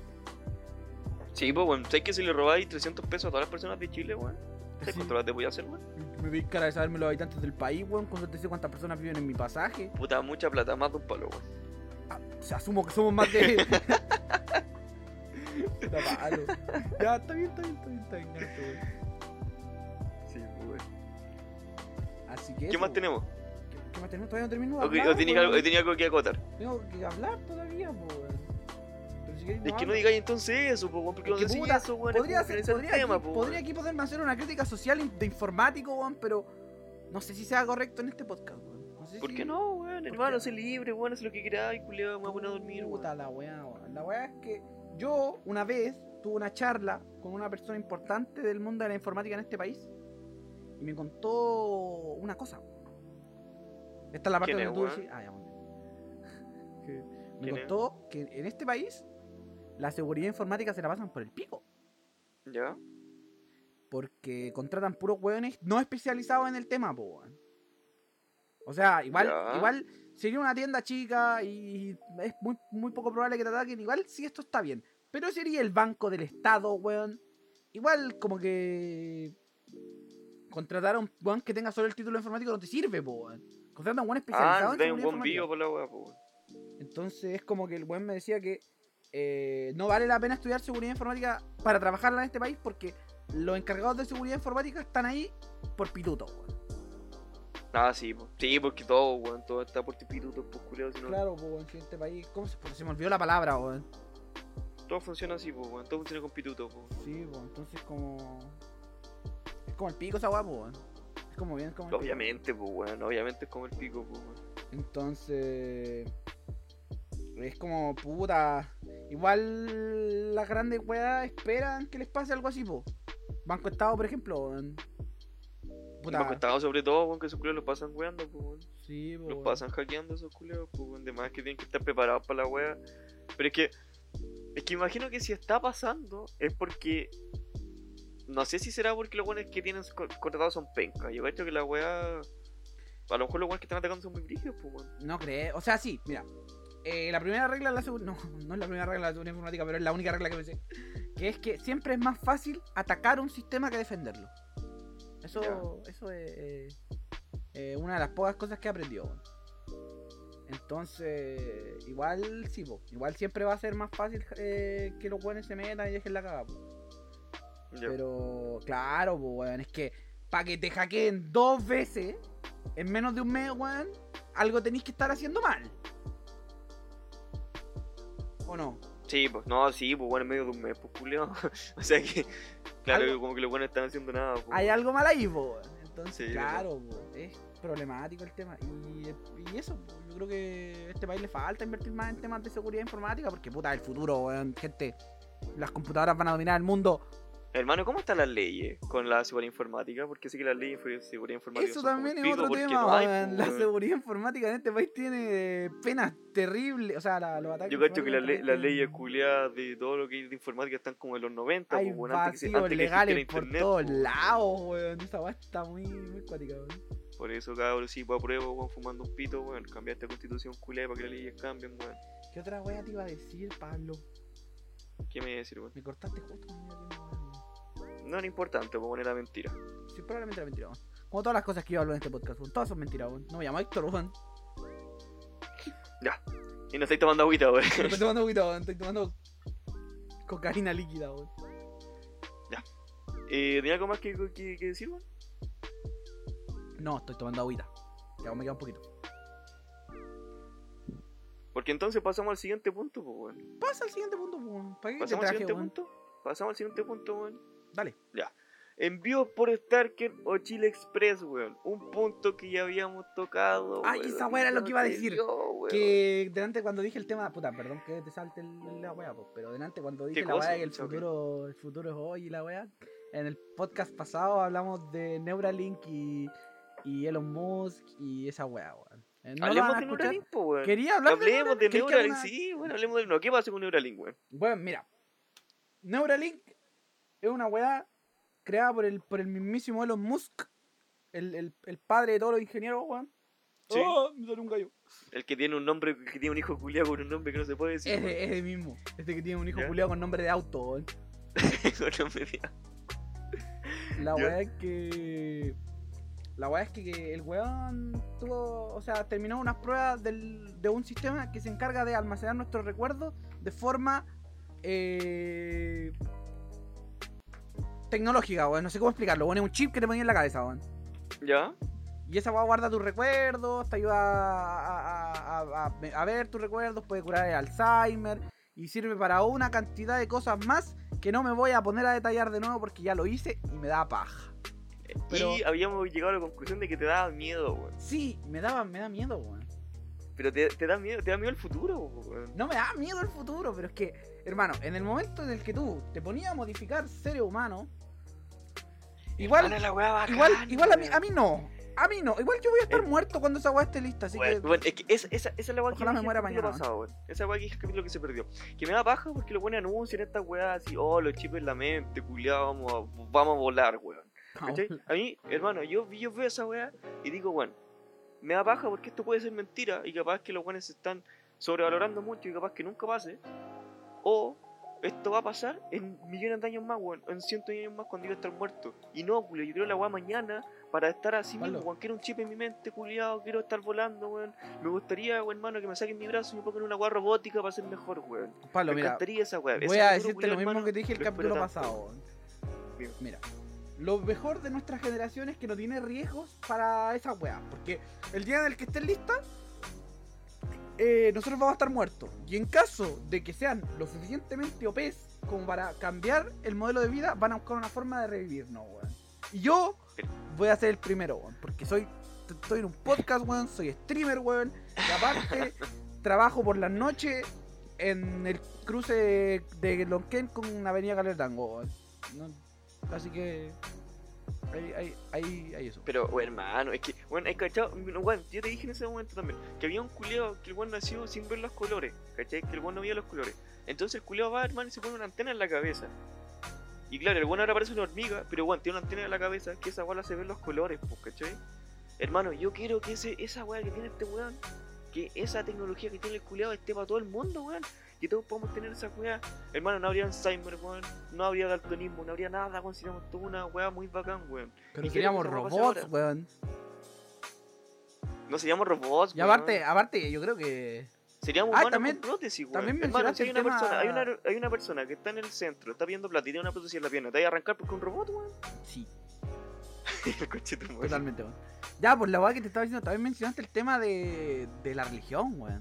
[SPEAKER 1] Sí, pues, weón. ¿Sabes que si le robáis 300 pesos a todas las personas de Chile, weón? ¿Sabes cuánto las te voy a hacer, weón?
[SPEAKER 2] Me vi cara de saberme los habitantes del país, weón. Cuando te sé cuántas personas viven en mi pasaje.
[SPEAKER 1] Puta, mucha plata, más de un palo, weón.
[SPEAKER 2] Ah, o sea, asumo que somos más de. Puta palo. Ya, está bien, está bien, está bien, está bien. gato, weón.
[SPEAKER 1] Sí, pues, weón.
[SPEAKER 2] Así que.
[SPEAKER 1] ¿Qué
[SPEAKER 2] eso,
[SPEAKER 1] más
[SPEAKER 2] weón.
[SPEAKER 1] tenemos?
[SPEAKER 2] ¿Qué, qué más tenemos? Todavía no termino. de
[SPEAKER 1] ¿O, que-
[SPEAKER 2] hablar,
[SPEAKER 1] o tenía
[SPEAKER 2] pues, weón.
[SPEAKER 1] algo, tenía algo que acotar?
[SPEAKER 2] Tengo que hablar todavía, po, weón. Pero si queréis,
[SPEAKER 1] Es que
[SPEAKER 2] hablo.
[SPEAKER 1] no digáis entonces eso, pues, weón, porque no
[SPEAKER 2] Es que
[SPEAKER 1] decís
[SPEAKER 2] puta,
[SPEAKER 1] eso, weón. es
[SPEAKER 2] Podría,
[SPEAKER 1] como
[SPEAKER 2] hacer,
[SPEAKER 1] finalizar el
[SPEAKER 2] podría,
[SPEAKER 1] tema,
[SPEAKER 2] aquí,
[SPEAKER 1] pues,
[SPEAKER 2] podría
[SPEAKER 1] weón.
[SPEAKER 2] aquí poderme hacer una crítica social in- de informático, weón, pero no sé si sea correcto en este podcast, weón. No sé
[SPEAKER 1] ¿Por
[SPEAKER 2] si-
[SPEAKER 1] qué no, weón?
[SPEAKER 2] qué?
[SPEAKER 1] Hermano, sé libre, weón, haz lo que queráis, culiado, me voy a poner a dormir, weón.
[SPEAKER 2] Puta la weá, weón. La weá es que yo una vez tuve una charla con una persona importante del mundo de la informática en este país y me contó una cosa. Esta es la parte
[SPEAKER 1] ¿Quién
[SPEAKER 2] donde
[SPEAKER 1] es,
[SPEAKER 2] tú
[SPEAKER 1] weón?
[SPEAKER 2] decís. Ah, ya, weón. Me
[SPEAKER 1] ¿Quién es?
[SPEAKER 2] contó que en este país la seguridad informática se la pasan por el pico.
[SPEAKER 1] ¿Ya?
[SPEAKER 2] Porque contratan puros hueones no especializados en el tema, po, weón. O sea, igual,
[SPEAKER 1] Ya.
[SPEAKER 2] igual sería una tienda chica y es muy, muy poco probable que te ataquen. Igual si esto está bien. Pero sería el banco del Estado, weón. Igual como que contratar a un weón que tenga solo el título informático no te sirve, po, weón. Contrata a un weón especializado
[SPEAKER 1] Ah,
[SPEAKER 2] en
[SPEAKER 1] te un
[SPEAKER 2] seguridad
[SPEAKER 1] buen
[SPEAKER 2] informática.
[SPEAKER 1] vivo por la weá, pues, weón.
[SPEAKER 2] Entonces es como que el buen me decía que eh, no vale la pena estudiar seguridad informática para trabajarla en este país porque los encargados de seguridad informática están ahí por pituto, weón.
[SPEAKER 1] Ah, sí, po. sí, porque todo, weón, todo está por tipirutos, por culeos, sino
[SPEAKER 2] Claro, pues, weón, que este país. ¿Cómo se, se me olvidó la palabra, weón?
[SPEAKER 1] todo funciona así, po, weón, todo funciona con pitutos, po.
[SPEAKER 2] Sí, pues, entonces como. Es como el pico esa weá, po, weón. Es como bien, es como. el pico.
[SPEAKER 1] Obviamente, pues, weón, obviamente es como el pico, po, weón.
[SPEAKER 2] Entonces. Es como puta. Igual las grandes weas esperan que les pase algo así, po. Banco Estado, por ejemplo. weón. Puta.
[SPEAKER 1] Banco Estado, sobre todo, weón, que esos culeos los pasan weando, po, weón.
[SPEAKER 2] Sí, po,
[SPEAKER 1] Los
[SPEAKER 2] weón.
[SPEAKER 1] pasan hackeando esos culeos, pues, weón. Además que tienen que estar preparados para la wea. Pero es que. Es que imagino que si está pasando es porque. No sé si será porque los weones que tienen co- contratados son pencas. Yo creo que la wea. A lo mejor los weones que están atacando son muy brígidos, pues, weón.
[SPEAKER 2] No crees. O sea, sí, mira. Eh, la primera regla de la seguridad. No, no es la primera regla de la seguridad informática, pero es la única regla que pensé. Que es que siempre es más fácil atacar un sistema que defenderlo. Eso, eso es eh, eh, una de las pocas cosas que aprendió. Entonces, igual sí, po, igual siempre va a ser más fácil eh, que los buenos se metan y dejen la cagada. po.
[SPEAKER 1] Ya.
[SPEAKER 2] Pero claro, po, weón, es que para que te hackeen dos veces en menos de un mes, weón, algo tenéis que estar haciendo mal. ¿O no?
[SPEAKER 1] Sí, pues, no, sí, pues, bueno, en medio de un mes, pues, culeo. o sea que, claro,
[SPEAKER 2] Algo-
[SPEAKER 1] que como que los buenos están haciendo nada, pues.
[SPEAKER 2] Hay algo mal ahí, po, weón. Entonces,
[SPEAKER 1] Sí,
[SPEAKER 2] claro, po, es problemático el tema. Y, y eso, po, yo creo que a este país le falta invertir más en temas de seguridad informática porque, puta, el futuro, weón, gente, las computadoras van a dominar el mundo.
[SPEAKER 1] Hermano, ¿cómo están las leyes con la seguridad informática? Porque sé que las leyes de seguridad informática
[SPEAKER 2] Eso
[SPEAKER 1] son como
[SPEAKER 2] también
[SPEAKER 1] el
[SPEAKER 2] es
[SPEAKER 1] pico
[SPEAKER 2] otro
[SPEAKER 1] porque
[SPEAKER 2] tema,
[SPEAKER 1] no hay,
[SPEAKER 2] weón.
[SPEAKER 1] pues,
[SPEAKER 2] La
[SPEAKER 1] weón.
[SPEAKER 2] seguridad informática en este país tiene penas terribles. O sea, la- los ataques.
[SPEAKER 1] Yo cacho que las le-
[SPEAKER 2] informáticos
[SPEAKER 1] las
[SPEAKER 2] también
[SPEAKER 1] leyes culiadas de todo lo que es de informática están como en los 90,
[SPEAKER 2] Hay
[SPEAKER 1] pues, weón, antes que, se-
[SPEAKER 2] vacíos
[SPEAKER 1] antes que existiera
[SPEAKER 2] legales por
[SPEAKER 1] internet.
[SPEAKER 2] todos
[SPEAKER 1] pues.
[SPEAKER 2] lados, weón. Esa weá está muy, muy cuática, weón.
[SPEAKER 1] Por eso, cabrón, sí, pues, apruebo, weón, fumando un pito, weón, cambiar esta constitución culiada para que las leyes cambien, weón.
[SPEAKER 2] ¿Qué otra weá te iba a decir, Pablo?
[SPEAKER 1] ¿Qué me decir, weón?
[SPEAKER 2] Me cortaste justo. en medio de una weá, weón.
[SPEAKER 1] No era importante, pues, poner la mentira.
[SPEAKER 2] Sí, probablemente era mentira, weón. Como todas las cosas que yo hablo en este podcast, weón. Todas son mentiras, weón. No me llamo Héctor, weón.
[SPEAKER 1] Y no estáis tomando agüita, weón.
[SPEAKER 2] Pero Estoy tomando agüita, weón. Estoy tomando cocaína líquida, weón.
[SPEAKER 1] Eh, ¿Tenía algo más que, que, que decir, weón?
[SPEAKER 2] No, estoy tomando agüita. Ya me queda un poquito.
[SPEAKER 1] Porque entonces pasamos al siguiente punto, pues, weón.
[SPEAKER 2] Pasa al siguiente punto, weón. ¿Para qué te
[SPEAKER 1] Pasamos al
[SPEAKER 2] traje,
[SPEAKER 1] siguiente
[SPEAKER 2] weón?
[SPEAKER 1] punto. Pasamos al siguiente punto, weón.
[SPEAKER 2] Dale.
[SPEAKER 1] Envío por Starker o Chile Express, weón. Un punto que ya habíamos tocado.
[SPEAKER 2] Ay,
[SPEAKER 1] weón,
[SPEAKER 2] esa weá era lo
[SPEAKER 1] no
[SPEAKER 2] que iba a
[SPEAKER 1] se
[SPEAKER 2] decir.
[SPEAKER 1] dio, weón.
[SPEAKER 2] Que delante cuando dije el tema, puta, perdón que te salte el- la weá, po, pero delante cuando dije la
[SPEAKER 1] cosa?
[SPEAKER 2] weá de que el
[SPEAKER 1] Chao, ¿qué?
[SPEAKER 2] futuro, el futuro es hoy y la weá, en el podcast pasado hablamos de Neuralink y, y Elon Musk y esa weá, weón. Eh, no lo
[SPEAKER 1] Hablemos
[SPEAKER 2] van a
[SPEAKER 1] de
[SPEAKER 2] escuchar.
[SPEAKER 1] Neuralink, po, weón.
[SPEAKER 2] Quería hablar
[SPEAKER 1] Hablemos de
[SPEAKER 2] que hay que
[SPEAKER 1] Neuralink,
[SPEAKER 2] hablar-
[SPEAKER 1] sí, bueno, hablemos de no. ¿Qué pasa con Neuralink, weón?
[SPEAKER 2] Bueno, mira, Neuralink es una weá creada por el, por el mismísimo Elon Musk, el, el, el padre de todos los ingenieros, weón.
[SPEAKER 1] Sí.
[SPEAKER 2] Oh, me salió un gallo.
[SPEAKER 1] El que tiene un nombre, que tiene un hijo culiado con un nombre que no se puede decir.
[SPEAKER 2] Es de, es de mismo. Este que tiene un hijo
[SPEAKER 1] ¿Ya?
[SPEAKER 2] culiado con nombre de auto,
[SPEAKER 1] weón.
[SPEAKER 2] weón.
[SPEAKER 1] Con nombre de-
[SPEAKER 2] La
[SPEAKER 1] ¿Ya?
[SPEAKER 2] weá es que. La weá es que, que el weón tuvo. O sea, terminó unas pruebas del- de un sistema que se encarga de almacenar nuestros recuerdos de forma. eh, tecnológica, weón. No sé cómo explicarlo. Weón, es un chip que te ponía en la cabeza, weón.
[SPEAKER 1] ¿Ya?
[SPEAKER 2] Y esa weá guarda tus recuerdos, te ayuda a, a- a- a- a ver tus recuerdos, puede curar el Alzheimer y sirve para una cantidad de cosas más que no me voy a poner a detallar de nuevo porque ya lo hice y me da paja. Pero-
[SPEAKER 1] Y habíamos llegado a la conclusión de que te daba miedo, weón.
[SPEAKER 2] Sí, me daba, me da miedo, weón.
[SPEAKER 1] Pero te, te da miedo, te da miedo el futuro, weón.
[SPEAKER 2] No me da miedo el futuro, pero es que, hermano, en el momento en el que tú te ponías a modificar seres humanos, igual,
[SPEAKER 1] Hermano, la weá bacán,
[SPEAKER 2] igual, igual a mí,
[SPEAKER 1] weón.
[SPEAKER 2] a mí no. A mí no, igual yo voy a estar
[SPEAKER 1] Eh.
[SPEAKER 2] muerto cuando esa weá esté lista, así
[SPEAKER 1] Bueno,
[SPEAKER 2] que.
[SPEAKER 1] bueno, es que esa, esa, esa es la weá que
[SPEAKER 2] Ojalá me
[SPEAKER 1] dije
[SPEAKER 2] muera
[SPEAKER 1] el capítulo
[SPEAKER 2] mañana,
[SPEAKER 1] pasado, weón. Esa weá que dije el capítulo que se perdió. Que me da paja porque los buenos anuncian esta weá así, oh, los chips en la mente, culiado, vamos a, vamos a volar, weón. ¿Cachai? A mí, hermano, yo, vi- yo veo esa weá y digo, weón, me da paja porque esto puede ser mentira y capaz que los buenos se están sobrevalorando mucho y capaz que nunca pase. O esto va a pasar en millones de años más, weón, en cientos de años más cuando yo voy a estar muerto. Y no, culiao, yo quiero la weá mañana para estar así
[SPEAKER 2] Pablo.
[SPEAKER 1] mismo, weón. Quiero un chip en mi mente, culiado, quiero estar volando, weón. Me gustaría, weón, hermano, que me saquen mi brazo y me pongan una weá robótica para ser mejor, weón.
[SPEAKER 2] Pablo,
[SPEAKER 1] me
[SPEAKER 2] mira,
[SPEAKER 1] encantaría esa weá.
[SPEAKER 2] Voy
[SPEAKER 1] Ese futuro,
[SPEAKER 2] a decirte
[SPEAKER 1] culiao,
[SPEAKER 2] lo mismo
[SPEAKER 1] hermano,
[SPEAKER 2] que te dije el
[SPEAKER 1] lo espero
[SPEAKER 2] capítulo
[SPEAKER 1] tanto.
[SPEAKER 2] pasado. weón.
[SPEAKER 1] dime.
[SPEAKER 2] Mira, lo mejor de nuestra generación es que no tiene riesgos para esa weá. Porque el día en el que estén listas, eh, nosotros vamos a estar muertos. Y en caso de que sean lo suficientemente OPs como para cambiar el modelo de vida, van a buscar una forma de revivirnos, weón. Y yo voy a ser el primero, weón. Porque soy, t- estoy en un podcast, weón. Soy streamer, weón. Y aparte, trabajo por las noches en el cruce de, de Lonquén con Avenida Caldertango, weón. No- así que. Ahí, ahí, ahí, ahí eso.
[SPEAKER 1] Pero, bueno, hermano, es que, bueno, hay cachado, bueno, weón, yo te dije en ese momento también, que había un culeado que el weón nació sin ver los colores, ¿cachai? Que el weón no veía los colores. Entonces el culeado va, hermano, y se pone una antena en la cabeza. Y claro, el weón ahora parece una hormiga, pero weón, tiene una antena en la cabeza que esa weón se ver los colores, pues, ¿cachai? Hermano, yo quiero que ese, esa weá que tiene este weón, que esa tecnología que tiene el culeado esté para todo el mundo, weón. Que todos podamos tener esa weá. Hermano, no habría Alzheimer, weón. No habría daltonismo, no habría nada, weón. Si tuviéramos toda una weá muy bacán, weón.
[SPEAKER 2] Pero
[SPEAKER 1] Y
[SPEAKER 2] seríamos
[SPEAKER 1] queremos que
[SPEAKER 2] robots,
[SPEAKER 1] ahora.
[SPEAKER 2] weón.
[SPEAKER 1] No seríamos robots,
[SPEAKER 2] Y
[SPEAKER 1] weón.
[SPEAKER 2] aparte, aparte, yo creo que.
[SPEAKER 1] Seríamos
[SPEAKER 2] Ah,
[SPEAKER 1] humanos
[SPEAKER 2] también-
[SPEAKER 1] con prótesis, weón.
[SPEAKER 2] también
[SPEAKER 1] Hermano,
[SPEAKER 2] mencionaste
[SPEAKER 1] si hay
[SPEAKER 2] el
[SPEAKER 1] una,
[SPEAKER 2] tema-
[SPEAKER 1] persona, hay, una, hay una persona que está en el centro, está pidiendo plata y tiene una prótesis en la pierna, te vas a arrancar porque es un robot, weón.
[SPEAKER 2] Sí,
[SPEAKER 1] El coche te muere.
[SPEAKER 2] totalmente, weón. Ya, pues la weá que te estaba diciendo, también mencionaste el tema de, de la religión, weón.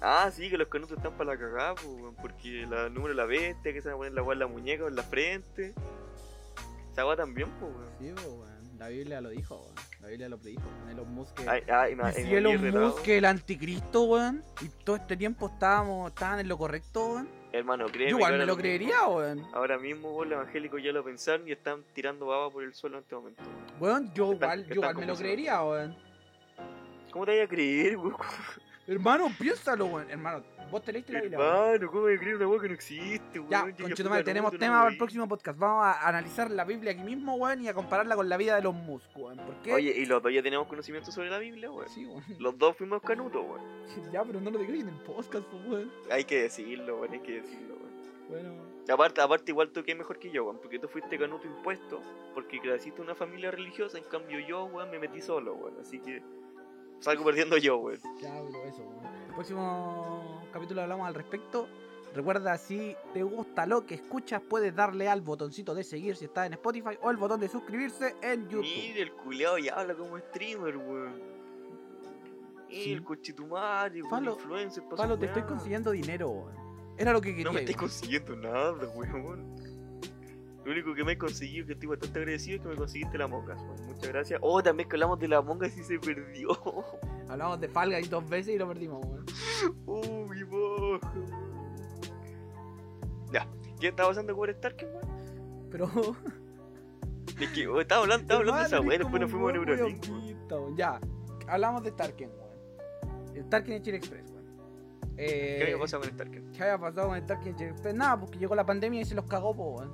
[SPEAKER 1] Ah, sí, que los canutos están para la cagada, pues, weón, porque la- el número de la bestia, que se van a poner la weá en la muñeca o en la frente. Esa weá también, pues, weón.
[SPEAKER 2] Sí, pues, weón. La Biblia lo dijo, weón. La Biblia lo predijo. weón. Elon Musk. que-
[SPEAKER 1] Ay, ay, me-
[SPEAKER 2] Y
[SPEAKER 1] me
[SPEAKER 2] si
[SPEAKER 1] vi
[SPEAKER 2] Elon
[SPEAKER 1] retado.
[SPEAKER 2] Musk, el anticristo, weón. Y todo este tiempo estábamos, estaban en lo correcto, weón.
[SPEAKER 1] Hermano, créeme.
[SPEAKER 2] Yo
[SPEAKER 1] que
[SPEAKER 2] igual me
[SPEAKER 1] ahora
[SPEAKER 2] lo creería, weón.
[SPEAKER 1] Ahora mismo vos, los evangélicos ya lo pensaron y están tirando baba por el suelo en este momento. weón.
[SPEAKER 2] Weón, yo
[SPEAKER 1] Están-
[SPEAKER 2] igual,
[SPEAKER 1] están
[SPEAKER 2] yo igual me lo
[SPEAKER 1] convulsionados.
[SPEAKER 2] creería, weón.
[SPEAKER 1] ¿Cómo te vas a creer, weón?
[SPEAKER 2] Hermano, piénsalo, weón. Hermano, vos te leíste la Biblia. weón.
[SPEAKER 1] Hermano, ¿cómo me creer una weá que no existe, weón?
[SPEAKER 2] Ya,
[SPEAKER 1] Llegué a
[SPEAKER 2] conchetumare,
[SPEAKER 1] puta luz,
[SPEAKER 2] tenemos
[SPEAKER 1] no
[SPEAKER 2] tema para el
[SPEAKER 1] morí.
[SPEAKER 2] próximo podcast. Vamos a analizar la Biblia aquí mismo, weón, y a compararla con la vida de los Musk, weón. ¿Por qué?
[SPEAKER 1] Oye, y los dos ya tenemos conocimiento sobre la Biblia, weón.
[SPEAKER 2] sí, weón.
[SPEAKER 1] Los dos fuimos canutos, weón.
[SPEAKER 2] Ya, pero no lo digáis en el podcast, pues, weón.
[SPEAKER 1] Hay que decirlo, weón, hay que decirlo, weón.
[SPEAKER 2] Bueno,
[SPEAKER 1] Aparte, aparte igual tú que mejor que yo, weón, porque tú fuiste canuto impuesto, porque creciste en una familia religiosa, en cambio yo, weón, me metí solo, weón. Así que salgo perdiendo yo, weón.
[SPEAKER 2] ya, pero eso, weón. El próximo capítulo hablamos al respecto. Recuerda, si te gusta lo que escuchas, puedes darle al botoncito de seguir si estás en Spotify o el botón de suscribirse en YouTube.
[SPEAKER 1] Mira, el culeado ya habla como streamer, weón. Eh,
[SPEAKER 2] Sí.
[SPEAKER 1] El cochetumare, weón,
[SPEAKER 2] Pablo,
[SPEAKER 1] influencer, pa' su
[SPEAKER 2] Pablo, te estoy
[SPEAKER 1] weá.
[SPEAKER 2] consiguiendo dinero, weón. Era lo que quería.
[SPEAKER 1] No me
[SPEAKER 2] weón.
[SPEAKER 1] estoy consiguiendo nada, weón. Lo único que me he conseguido, que estoy bastante agradecido, es que me conseguiste la monga. Muchas gracias. Oh, también que hablamos de la monga si se perdió.
[SPEAKER 2] Hablamos de Falga y dos veces y lo perdimos, weón.
[SPEAKER 1] Uy, bo. Ya, ¿qué estaba pasando con Stark, weón?
[SPEAKER 2] Pero.
[SPEAKER 1] Es que oh, estaba hablando, estaba hablando de esa
[SPEAKER 2] Hermano,
[SPEAKER 1] weón,
[SPEAKER 2] eres
[SPEAKER 1] después nos fuimos
[SPEAKER 2] como
[SPEAKER 1] a
[SPEAKER 2] un weón
[SPEAKER 1] Neurolink. weón.
[SPEAKER 2] autista, weón. Ya, hablamos de Tarkin, weón. El Tarkin en Chile Express, weón. Eh,
[SPEAKER 1] ¿Qué había pasado con Stark?
[SPEAKER 2] ¿Qué había pasado con el Tarkin en Chile Express? Nada, porque llegó la pandemia y se los cagó, po, weón.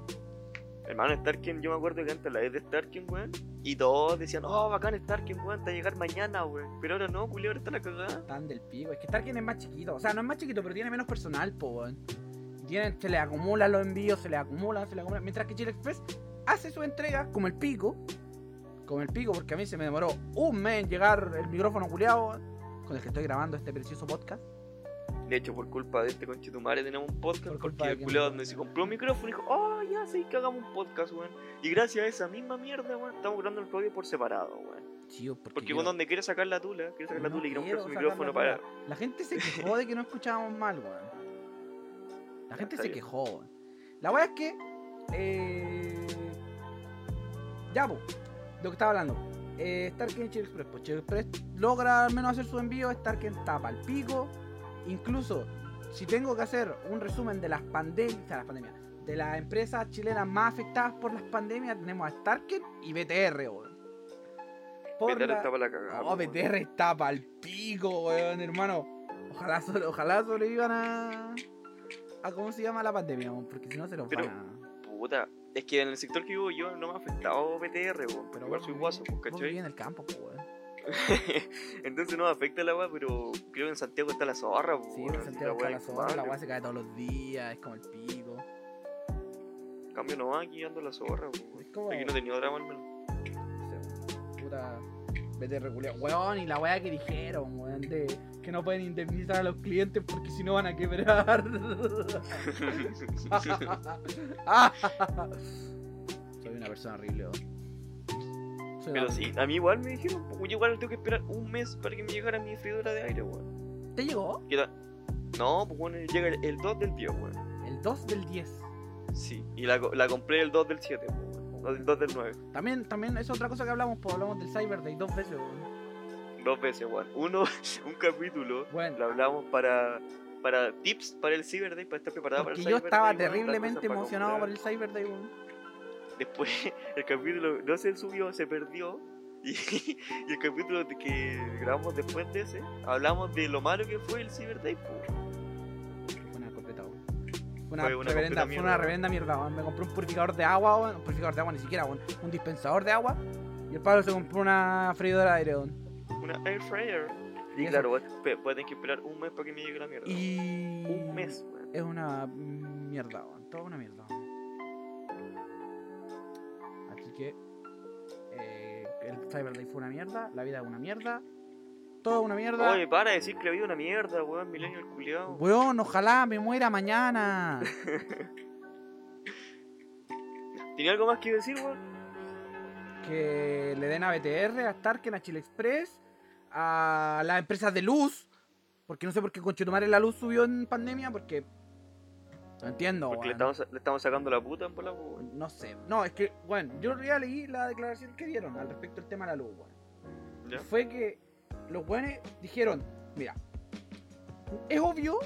[SPEAKER 1] Hermano Starken, yo me acuerdo que antes la vez de Starken, weón. Y todos decían, oh, bacán Starken, weón, te va a llegar mañana, weón. Pero ahora no, culio, ahora está la cagada.
[SPEAKER 2] Tan del pico. Es que Tarkin es más chiquito. O sea, no es más chiquito, pero tiene menos personal, po, weón. Tiene- se le acumulan los envíos, se le acumulan, se le acumulan. Mientras que Chile Express hace su entrega como el pico. Como el pico, porque a mí se me demoró un mes en llegar el micrófono culeado weón, con el que estoy grabando este precioso podcast.
[SPEAKER 1] De hecho, por culpa de este conchetumare tenemos un podcast
[SPEAKER 2] Por culpa
[SPEAKER 1] porque
[SPEAKER 2] de
[SPEAKER 1] el
[SPEAKER 2] que
[SPEAKER 1] culiado
[SPEAKER 2] no-
[SPEAKER 1] donde se compró un micrófono y dijo, oh, ya sé que hagamos un podcast, weón. Y gracias a esa misma mierda, weón, estamos grabando el podcast por separado, weón.
[SPEAKER 2] Sí, porque,
[SPEAKER 1] Porque
[SPEAKER 2] quiero-
[SPEAKER 1] cuando donde quiere sacar la tula, quiere sacar la
[SPEAKER 2] No
[SPEAKER 1] tula y quiere buscar
[SPEAKER 2] quiero
[SPEAKER 1] su
[SPEAKER 2] sacar
[SPEAKER 1] micrófono
[SPEAKER 2] la
[SPEAKER 1] para.
[SPEAKER 2] tula. La gente se quejó de que no escuchábamos mal, weón. La
[SPEAKER 1] Ah, está
[SPEAKER 2] gente se
[SPEAKER 1] bien.
[SPEAKER 2] quejó, weón. La weá es que. eh, Ya, po. Lo que estaba hablando. Eh, Starken y Chile Express. Pues Chile Express logra al menos hacer su envío. Starken tapa el pico. Incluso, si tengo que hacer un resumen de las pandemias. o sea, las pandemias. De las empresas chilenas más afectadas por las pandemias, tenemos a Starken y BTR, weón. Por
[SPEAKER 1] Meter
[SPEAKER 2] la-
[SPEAKER 1] está para la cagada.
[SPEAKER 2] no,
[SPEAKER 1] weón.
[SPEAKER 2] BTR está pa'l pico, weón, hermano. Ojalá, sobre- ojalá sobrevivan a. a cómo se llama la pandemia, weón, porque si no se los
[SPEAKER 1] Pero-
[SPEAKER 2] van a.
[SPEAKER 1] Puta. Es que en el sector que vivo yo no me ha afectado BTR, weón. Pero igual
[SPEAKER 2] vos
[SPEAKER 1] soy
[SPEAKER 2] vivís-
[SPEAKER 1] guaso, pues,
[SPEAKER 2] vos vivís
[SPEAKER 1] ¿cachai?
[SPEAKER 2] en el campo, pues, weón.
[SPEAKER 1] Entonces no me afecta la weá, pero creo que en Santiago está la zorra, pues,
[SPEAKER 2] Sí,
[SPEAKER 1] weón.
[SPEAKER 2] en Santiago
[SPEAKER 1] weá
[SPEAKER 2] está la
[SPEAKER 1] es
[SPEAKER 2] zorra, la
[SPEAKER 1] infumable.
[SPEAKER 2] weá se cae todos los días, es como el pico.
[SPEAKER 1] En cambio no aquí ando la zorra, pues, weón.
[SPEAKER 2] Es como.
[SPEAKER 1] Aquí no he tenido drama, hermano.
[SPEAKER 2] no sé, weón, Puta. BTR culiao. Weón, y la weá que dijeron, weón, de que no pueden indemnizar a los clientes porque si no van a quebrar. Soy una persona horrible, weón. Soy
[SPEAKER 1] Pero
[SPEAKER 2] una-
[SPEAKER 1] sí, a mí igual me dijeron, pues, yo igual tengo que esperar un mes para que me llegara mi freidora de aire, weón.
[SPEAKER 2] ¿Te llegó?
[SPEAKER 1] Que la- No, pues bueno, llega el, el 2 del 10, weón.
[SPEAKER 2] El 2 del 10.
[SPEAKER 1] Sí, y la, co- la compré el 2 del 7, weón. El 2 del 9.
[SPEAKER 2] También, también, es otra cosa que hablamos, pues hablamos del Cyber Day dos veces, weón.
[SPEAKER 1] Dos veces, weón. Uno, un capítulo,
[SPEAKER 2] Bueno,
[SPEAKER 1] lo hablamos para, para tips para el Cyber Day, para estar preparado para
[SPEAKER 2] porque
[SPEAKER 1] el
[SPEAKER 2] yo
[SPEAKER 1] Cyber
[SPEAKER 2] estaba
[SPEAKER 1] Day, weón, las
[SPEAKER 2] terriblemente
[SPEAKER 1] cosas para
[SPEAKER 2] emocionado por
[SPEAKER 1] comprar.
[SPEAKER 2] el Cyber Day, weón.
[SPEAKER 1] Después, el capítulo no se subió, se perdió. Y, y el capítulo de que grabamos después de ese, hablamos de lo malo que fue el Cyber Day, pues, weón.
[SPEAKER 2] Fue una completa, weón. Fue una,
[SPEAKER 1] Fue una completa
[SPEAKER 2] reverenda, fue
[SPEAKER 1] mierda.
[SPEAKER 2] una reverenda mierda, weón. Me compré un purificador de agua, weón. Un purificador de agua ni siquiera, weón. Un dispensador de agua. Y el Pablo se compró una freidora de aire, weón.
[SPEAKER 1] Una air fryer. Y
[SPEAKER 2] Eso.
[SPEAKER 1] claro, vos pe- vos tenés que esperar un mes para que me llegue la mierda. weón.
[SPEAKER 2] Y.
[SPEAKER 1] Un mes, weón.
[SPEAKER 2] Es una mierda, weón. Toda una mierda, weón. Así que. eh, el Cyber Day fue una mierda. La vida es una mierda. Todo una mierda.
[SPEAKER 1] Oye, para de decir que la vida es una mierda, weón. Milenio culiado.
[SPEAKER 2] Weón, ojalá me muera mañana.
[SPEAKER 1] ¿Tenía algo más que decir, weón?
[SPEAKER 2] que le den a BTR, a Starken, a Chile Express, a las empresas de luz. Porque no sé por qué Conchetumare la luz subió en pandemia, porque. No entiendo,
[SPEAKER 1] Porque le
[SPEAKER 2] weón.
[SPEAKER 1] estamos, le estamos sacando la puta en bola, weón.
[SPEAKER 2] No sé. No, es que, bueno, yo ya leí la declaración que dieron al respecto del tema de la luz, weón.
[SPEAKER 1] ¿Ya?
[SPEAKER 2] Fue que los buenos dijeron: Mira, es obvio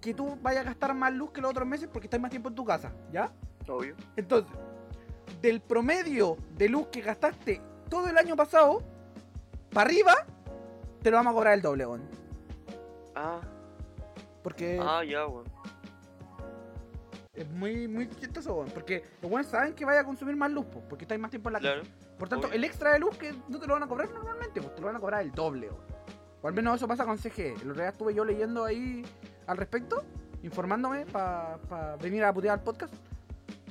[SPEAKER 2] que tú vayas a gastar más luz que los otros meses porque estás más tiempo en tu casa, ¿ya?
[SPEAKER 1] Obvio.
[SPEAKER 2] Entonces, del promedio de luz que gastaste todo el año pasado, para arriba, te lo vamos a cobrar el doble, weón.
[SPEAKER 1] Ah,
[SPEAKER 2] Porque
[SPEAKER 1] ah, ya, weón.
[SPEAKER 2] es muy, muy chistoso, weón. Porque los buenos saben que vaya a consumir más luz, po, porque estáis más tiempo en la
[SPEAKER 1] Claro.
[SPEAKER 2] casa. Por tanto,
[SPEAKER 1] obvio.
[SPEAKER 2] el extra de luz que no te lo van a cobrar normalmente, pues te lo van a cobrar el doble, weón. O al menos eso pasa con CGE. El otro día estuve yo leyendo ahí al respecto, informándome para venir a putear al podcast.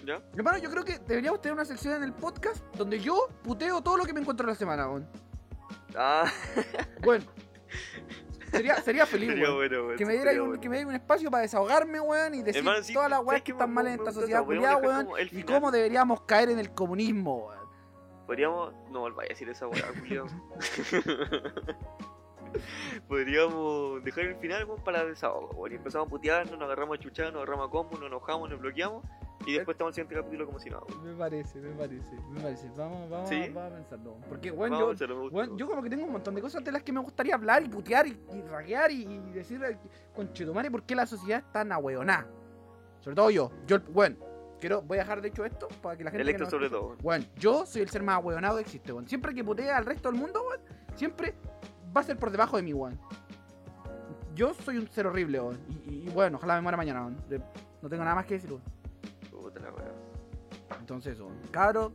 [SPEAKER 1] ¿Ya?
[SPEAKER 2] Hermano, yo creo que deberíamos tener una sección en el podcast donde yo puteo todo lo que me encuentro en la semana, weón.
[SPEAKER 1] Ah,
[SPEAKER 2] Bueno. Sería, sería feliz,
[SPEAKER 1] sería
[SPEAKER 2] weón.
[SPEAKER 1] bueno, weón.
[SPEAKER 2] Que me,
[SPEAKER 1] sería
[SPEAKER 2] diera ahí un,
[SPEAKER 1] bueno.
[SPEAKER 2] que me diera un espacio para desahogarme, weón, y decir
[SPEAKER 1] Hermano, sí,
[SPEAKER 2] todas las
[SPEAKER 1] ¿sabes
[SPEAKER 2] weas que
[SPEAKER 1] qué?
[SPEAKER 2] están
[SPEAKER 1] Me-
[SPEAKER 2] mal en
[SPEAKER 1] me
[SPEAKER 2] esta
[SPEAKER 1] gusta
[SPEAKER 2] sociedad
[SPEAKER 1] esa, podríamos
[SPEAKER 2] culiada,
[SPEAKER 1] dejar
[SPEAKER 2] weón.
[SPEAKER 1] como el
[SPEAKER 2] Y
[SPEAKER 1] final.
[SPEAKER 2] cómo deberíamos caer en el comunismo, weón.
[SPEAKER 1] Podríamos. No, vaya a decir esa weá, culiao. Podríamos dejar el final, weón, para desahogo, weón. Y empezamos a putearnos, nos agarramos a chuchar, nos agarramos a combo, nos enojamos, nos bloqueamos.
[SPEAKER 2] Eh.
[SPEAKER 1] Y después estamos al siguiente capítulo como si nada, weón.
[SPEAKER 2] Me parece, me parece, me parece. Vamos, vamos,
[SPEAKER 1] ¿Sí?
[SPEAKER 2] vamos a pensarlo. Porque, weón,
[SPEAKER 1] Vamos,
[SPEAKER 2] yo,
[SPEAKER 1] se lo me gustó,
[SPEAKER 2] weón,
[SPEAKER 1] weón.
[SPEAKER 2] yo como que tengo un montón de cosas de las que me gustaría hablar y putear y, y raguear y, y decir, eh, conchetumare, ¿por qué la sociedad está tan ahueonada? Sobre todo yo. Yo, weón, quiero, voy a dejar de hecho esto para que la gente... que
[SPEAKER 1] Electro
[SPEAKER 2] nos
[SPEAKER 1] sobre
[SPEAKER 2] escuche-
[SPEAKER 1] todo, weón.
[SPEAKER 2] Weón, yo soy el ser más huevonado que existe, weón. Siempre que putea al resto del mundo, weón, siempre va a ser por debajo de mí, weón. Yo soy un ser horrible, weón. Y, y- y, weón, ojalá me muera mañana, weón. De- No tengo nada más que decir, weón.
[SPEAKER 1] Puta la weá.
[SPEAKER 2] Entonces, weón, cabros,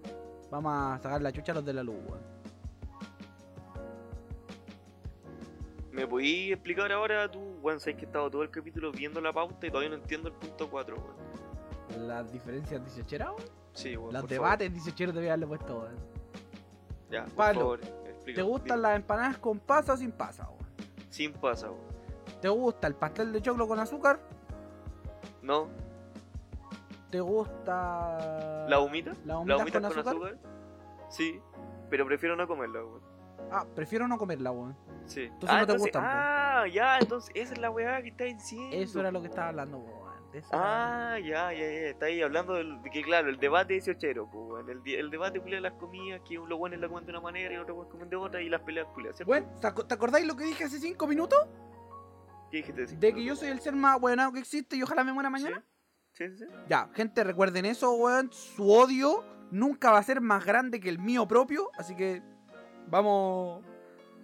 [SPEAKER 2] vamos a sacar la chucha a los de la luz, weón.
[SPEAKER 1] ¿Me podí explicar ahora tú, weón? Sabes que he estado todo el capítulo viendo la pauta y todavía no entiendo el punto 4, weón.
[SPEAKER 2] Las diferencias 18 weón.
[SPEAKER 1] Sí, weón.
[SPEAKER 2] Los
[SPEAKER 1] por favor.
[SPEAKER 2] debates 18 debía haberle puesto, weón.
[SPEAKER 1] Ya, por
[SPEAKER 2] Palo.
[SPEAKER 1] favor,
[SPEAKER 2] ¿Te
[SPEAKER 1] explica.
[SPEAKER 2] gustan
[SPEAKER 1] Dime.
[SPEAKER 2] las empanadas con pasa o sin pasa, weón?
[SPEAKER 1] Sin pasa, weón.
[SPEAKER 2] ¿Te gusta el pastel de choclo con azúcar?
[SPEAKER 1] ¿No?
[SPEAKER 2] ¿Te gusta.
[SPEAKER 1] ¿La humita?
[SPEAKER 2] la humita
[SPEAKER 1] ¿La humita
[SPEAKER 2] con, azúcar?
[SPEAKER 1] Sí, pero prefiero no comerla, weón.
[SPEAKER 2] Ah, prefiero no comerla, weón.
[SPEAKER 1] Sí.
[SPEAKER 2] Entonces no te gustan, po.
[SPEAKER 1] Ah, ya, entonces esa es la weá que está diciendo.
[SPEAKER 2] Eso era lo que estaba hablando, weón. de eso era-
[SPEAKER 1] Ah, ya, ya, ya. Está ahí hablando del- de que, claro, el debate es ochero, po, weón. El, di- el debate culia de las comidas, que los buenos la comen de una manera y otros buenos comen de otra y las peleas culias, ¿cierto?
[SPEAKER 2] Bueno, ¿te aco- ¿te acordáis lo que dije hace cinco minutos?
[SPEAKER 1] ¿Qué dijiste? Sí,
[SPEAKER 2] De que yo soy el ser más hueonado que existe y ojalá me muera
[SPEAKER 1] Sí,
[SPEAKER 2] mañana.
[SPEAKER 1] sí, sí. sí.
[SPEAKER 2] Ya, gente, recuerden eso, weón. Su odio nunca va a ser más grande que el mío propio. Así que vamos,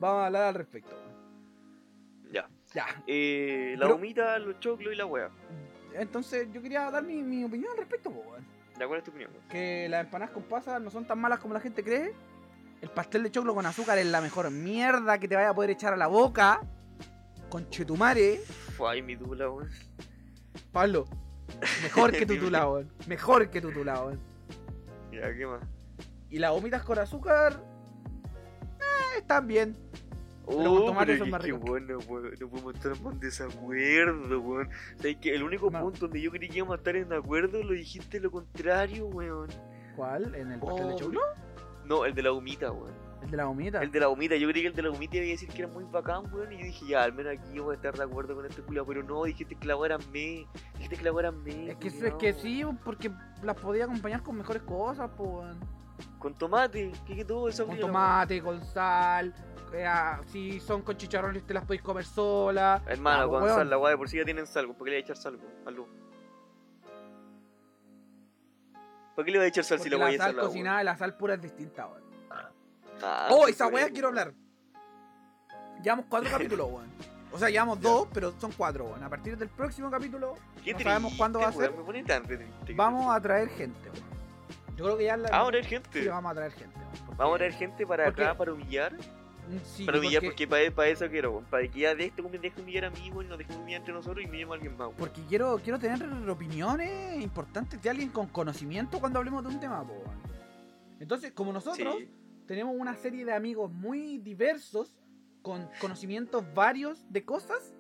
[SPEAKER 2] vamos a hablar al respecto. weón.
[SPEAKER 1] Ya.
[SPEAKER 2] Ya,
[SPEAKER 1] Eh, la
[SPEAKER 2] Pero-
[SPEAKER 1] humita, los choclos y la weá.
[SPEAKER 2] entonces yo quería dar mi, mi opinión al respecto, po, weón.
[SPEAKER 1] ¿De acuerdo a tu opinión? weón?
[SPEAKER 2] que las empanadas con pasas no son tan malas como la gente cree. El pastel de choclo con azúcar es la mejor mierda que te vaya a poder echar a la boca. Con chetumare,
[SPEAKER 1] Uf, Ay, mi dula, weón.
[SPEAKER 2] Pablo. Mejor que tutulado, weón. Mejor que tutulado, weón.
[SPEAKER 1] Ya, ¿qué más?
[SPEAKER 2] Y las gomitas con azúcar. eh, están bien. Pero con
[SPEAKER 1] Oh,
[SPEAKER 2] tomate
[SPEAKER 1] pero
[SPEAKER 2] son
[SPEAKER 1] que-
[SPEAKER 2] más
[SPEAKER 1] qué
[SPEAKER 2] ricos.
[SPEAKER 1] bueno, weón. No podemos estar más en desacuerdo, weón. O sea, que el único
[SPEAKER 2] Hermano.
[SPEAKER 1] punto donde yo creí que íbamos a estar en acuerdo lo dijiste lo contrario, weón.
[SPEAKER 2] ¿Cuál? ¿En el pastel de
[SPEAKER 1] Oh.
[SPEAKER 2] choclo?
[SPEAKER 1] No, el de la humita, weón.
[SPEAKER 2] ¿El de la humita?
[SPEAKER 1] El de la humita, yo creí que el de la humita iba a decir que era muy bacán, weón. Y yo dije, ya, al menos aquí voy a estar de acuerdo con este culo. Pero no, dijiste que la weá era me. Dijiste que la weá era me.
[SPEAKER 2] Es que, es
[SPEAKER 1] culiao.
[SPEAKER 2] que sí, porque las podía acompañar con mejores cosas, po, weón.
[SPEAKER 1] Con tomate, ¿qué que todo eso?
[SPEAKER 2] Con
[SPEAKER 1] abrió la
[SPEAKER 2] tomate, con sal. eh, ah, si son con chicharrones, te las podéis comer sola.
[SPEAKER 1] weá. Hermano,
[SPEAKER 2] Ah,
[SPEAKER 1] con
[SPEAKER 2] weón.
[SPEAKER 1] sal, la weá de por sí ya tienen sal, weón. ¿Por qué le voy a echar sal, weón? Aló. ¿Por qué le voy a echar sal si
[SPEAKER 2] Porque
[SPEAKER 1] la
[SPEAKER 2] la
[SPEAKER 1] voy a
[SPEAKER 2] sal
[SPEAKER 1] sal?
[SPEAKER 2] cocinada y la sal pura es distinta, weón.
[SPEAKER 1] Ah,
[SPEAKER 2] oh, esa weá quiero hablar. Llevamos cuatro capítulos, weón. O sea, llevamos
[SPEAKER 1] Ya.
[SPEAKER 2] dos, pero son cuatro, weón. A partir del próximo capítulo
[SPEAKER 1] ¿Qué
[SPEAKER 2] no sabemos cuándo va a
[SPEAKER 1] triste,
[SPEAKER 2] ser.
[SPEAKER 1] weón, Me pone tan de triste.
[SPEAKER 2] vamos a traer gente, weón. Yo creo que ya la.
[SPEAKER 1] Ah, vamos a traer
[SPEAKER 2] sí,
[SPEAKER 1] gente.
[SPEAKER 2] vamos a traer gente. weón, porque-
[SPEAKER 1] Vamos a traer gente para
[SPEAKER 2] ¿Por qué?
[SPEAKER 1] acá, para humillar.
[SPEAKER 2] Mm, sí,
[SPEAKER 1] Para humillar,
[SPEAKER 2] porque,
[SPEAKER 1] porque, para, eso quiero, weón. para que ya de esto me deje humillar a mí, weón, nos deje humillar entre nosotros y humillemos a alguien más. weón.
[SPEAKER 2] porque quiero, quiero tener opiniones importantes de alguien con conocimiento cuando hablemos de un tema, po, weón. Entonces, como nosotros,
[SPEAKER 1] Sí.
[SPEAKER 2] tenemos una serie de amigos muy diversos, con conocimientos varios de cosas.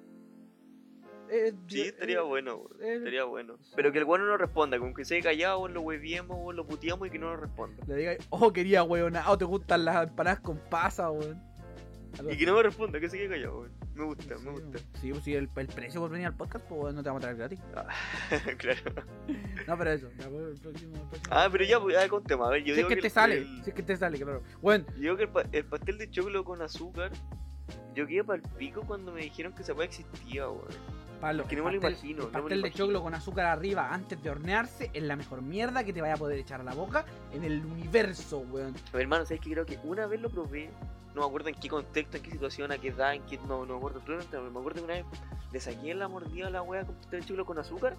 [SPEAKER 2] eh,
[SPEAKER 1] Sí,
[SPEAKER 2] eh,
[SPEAKER 1] estaría bueno, weón.
[SPEAKER 2] eh,
[SPEAKER 1] Estaría bueno. Pero que el bueno no responda, con que se haya callado, weón, lo hueviemos, weón, lo puteamos y que no nos responda.
[SPEAKER 2] Le diga, oh, quería, weón, o te gustan las empanadas con pasa, weón. Algo
[SPEAKER 1] Y que
[SPEAKER 2] así.
[SPEAKER 1] no me responda, que se quede callado, weón. Me gusta,
[SPEAKER 2] Sí,
[SPEAKER 1] me gusta.
[SPEAKER 2] weón. Sí, pues si el, el precio por venir al podcast, pues weón, no te vamos a traer gratis.
[SPEAKER 1] claro.
[SPEAKER 2] No, pero eso. ya, pues, el próximo, el próximo.
[SPEAKER 1] Ah, pero ya, pues, ya con tema. A ver, yo
[SPEAKER 2] si es
[SPEAKER 1] digo
[SPEAKER 2] que
[SPEAKER 1] que
[SPEAKER 2] te
[SPEAKER 1] el-
[SPEAKER 2] sale,
[SPEAKER 1] el-
[SPEAKER 2] si es que te sale, claro. Bueno,
[SPEAKER 1] Yo creo que el, pa- el pastel de choclo con azúcar, yo quedé para el pico cuando me dijeron que esa weá existía, weón.
[SPEAKER 2] Pablo,
[SPEAKER 1] Que
[SPEAKER 2] el
[SPEAKER 1] no me lo
[SPEAKER 2] pastel-
[SPEAKER 1] imagino, no me lo
[SPEAKER 2] pastel de
[SPEAKER 1] imagino.
[SPEAKER 2] choclo con azúcar arriba antes de hornearse es la mejor mierda que te vaya a poder echar a la boca en el universo, weón.
[SPEAKER 1] Pero, hermano, ¿sabes que Creo que una vez lo probé, no me acuerdo en qué contexto, en qué situación, a qué edad, en qué. No, no me acuerdo, absolutamente, pero me acuerdo que una vez le saqué la mordida a la wea con pastel de choclo con azúcar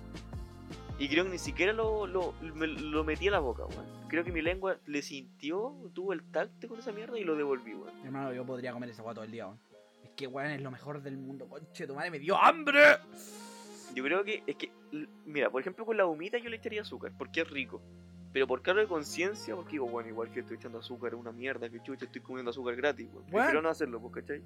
[SPEAKER 1] y creo que ni siquiera lo, lo, me- lo metí a la boca, weón. Creo que mi lengua le sintió, tuvo el tacto con esa mierda y lo devolví, weón.
[SPEAKER 2] Hermano, yo podría comer esa weá todo el día, weón. Es que weón es lo mejor del mundo, conche, tu madre me dio hambre.
[SPEAKER 1] Yo creo que, es que, l- mira, por ejemplo, con la humita yo le echaría azúcar, porque es rico. Pero por cargo de conciencia, porque digo, bueno, igual que estoy echando azúcar, es una mierda, que chucha, estoy comiendo azúcar gratis, weón.
[SPEAKER 2] Bueno.
[SPEAKER 1] Prefiero no hacerlo, pues, ¿cachai?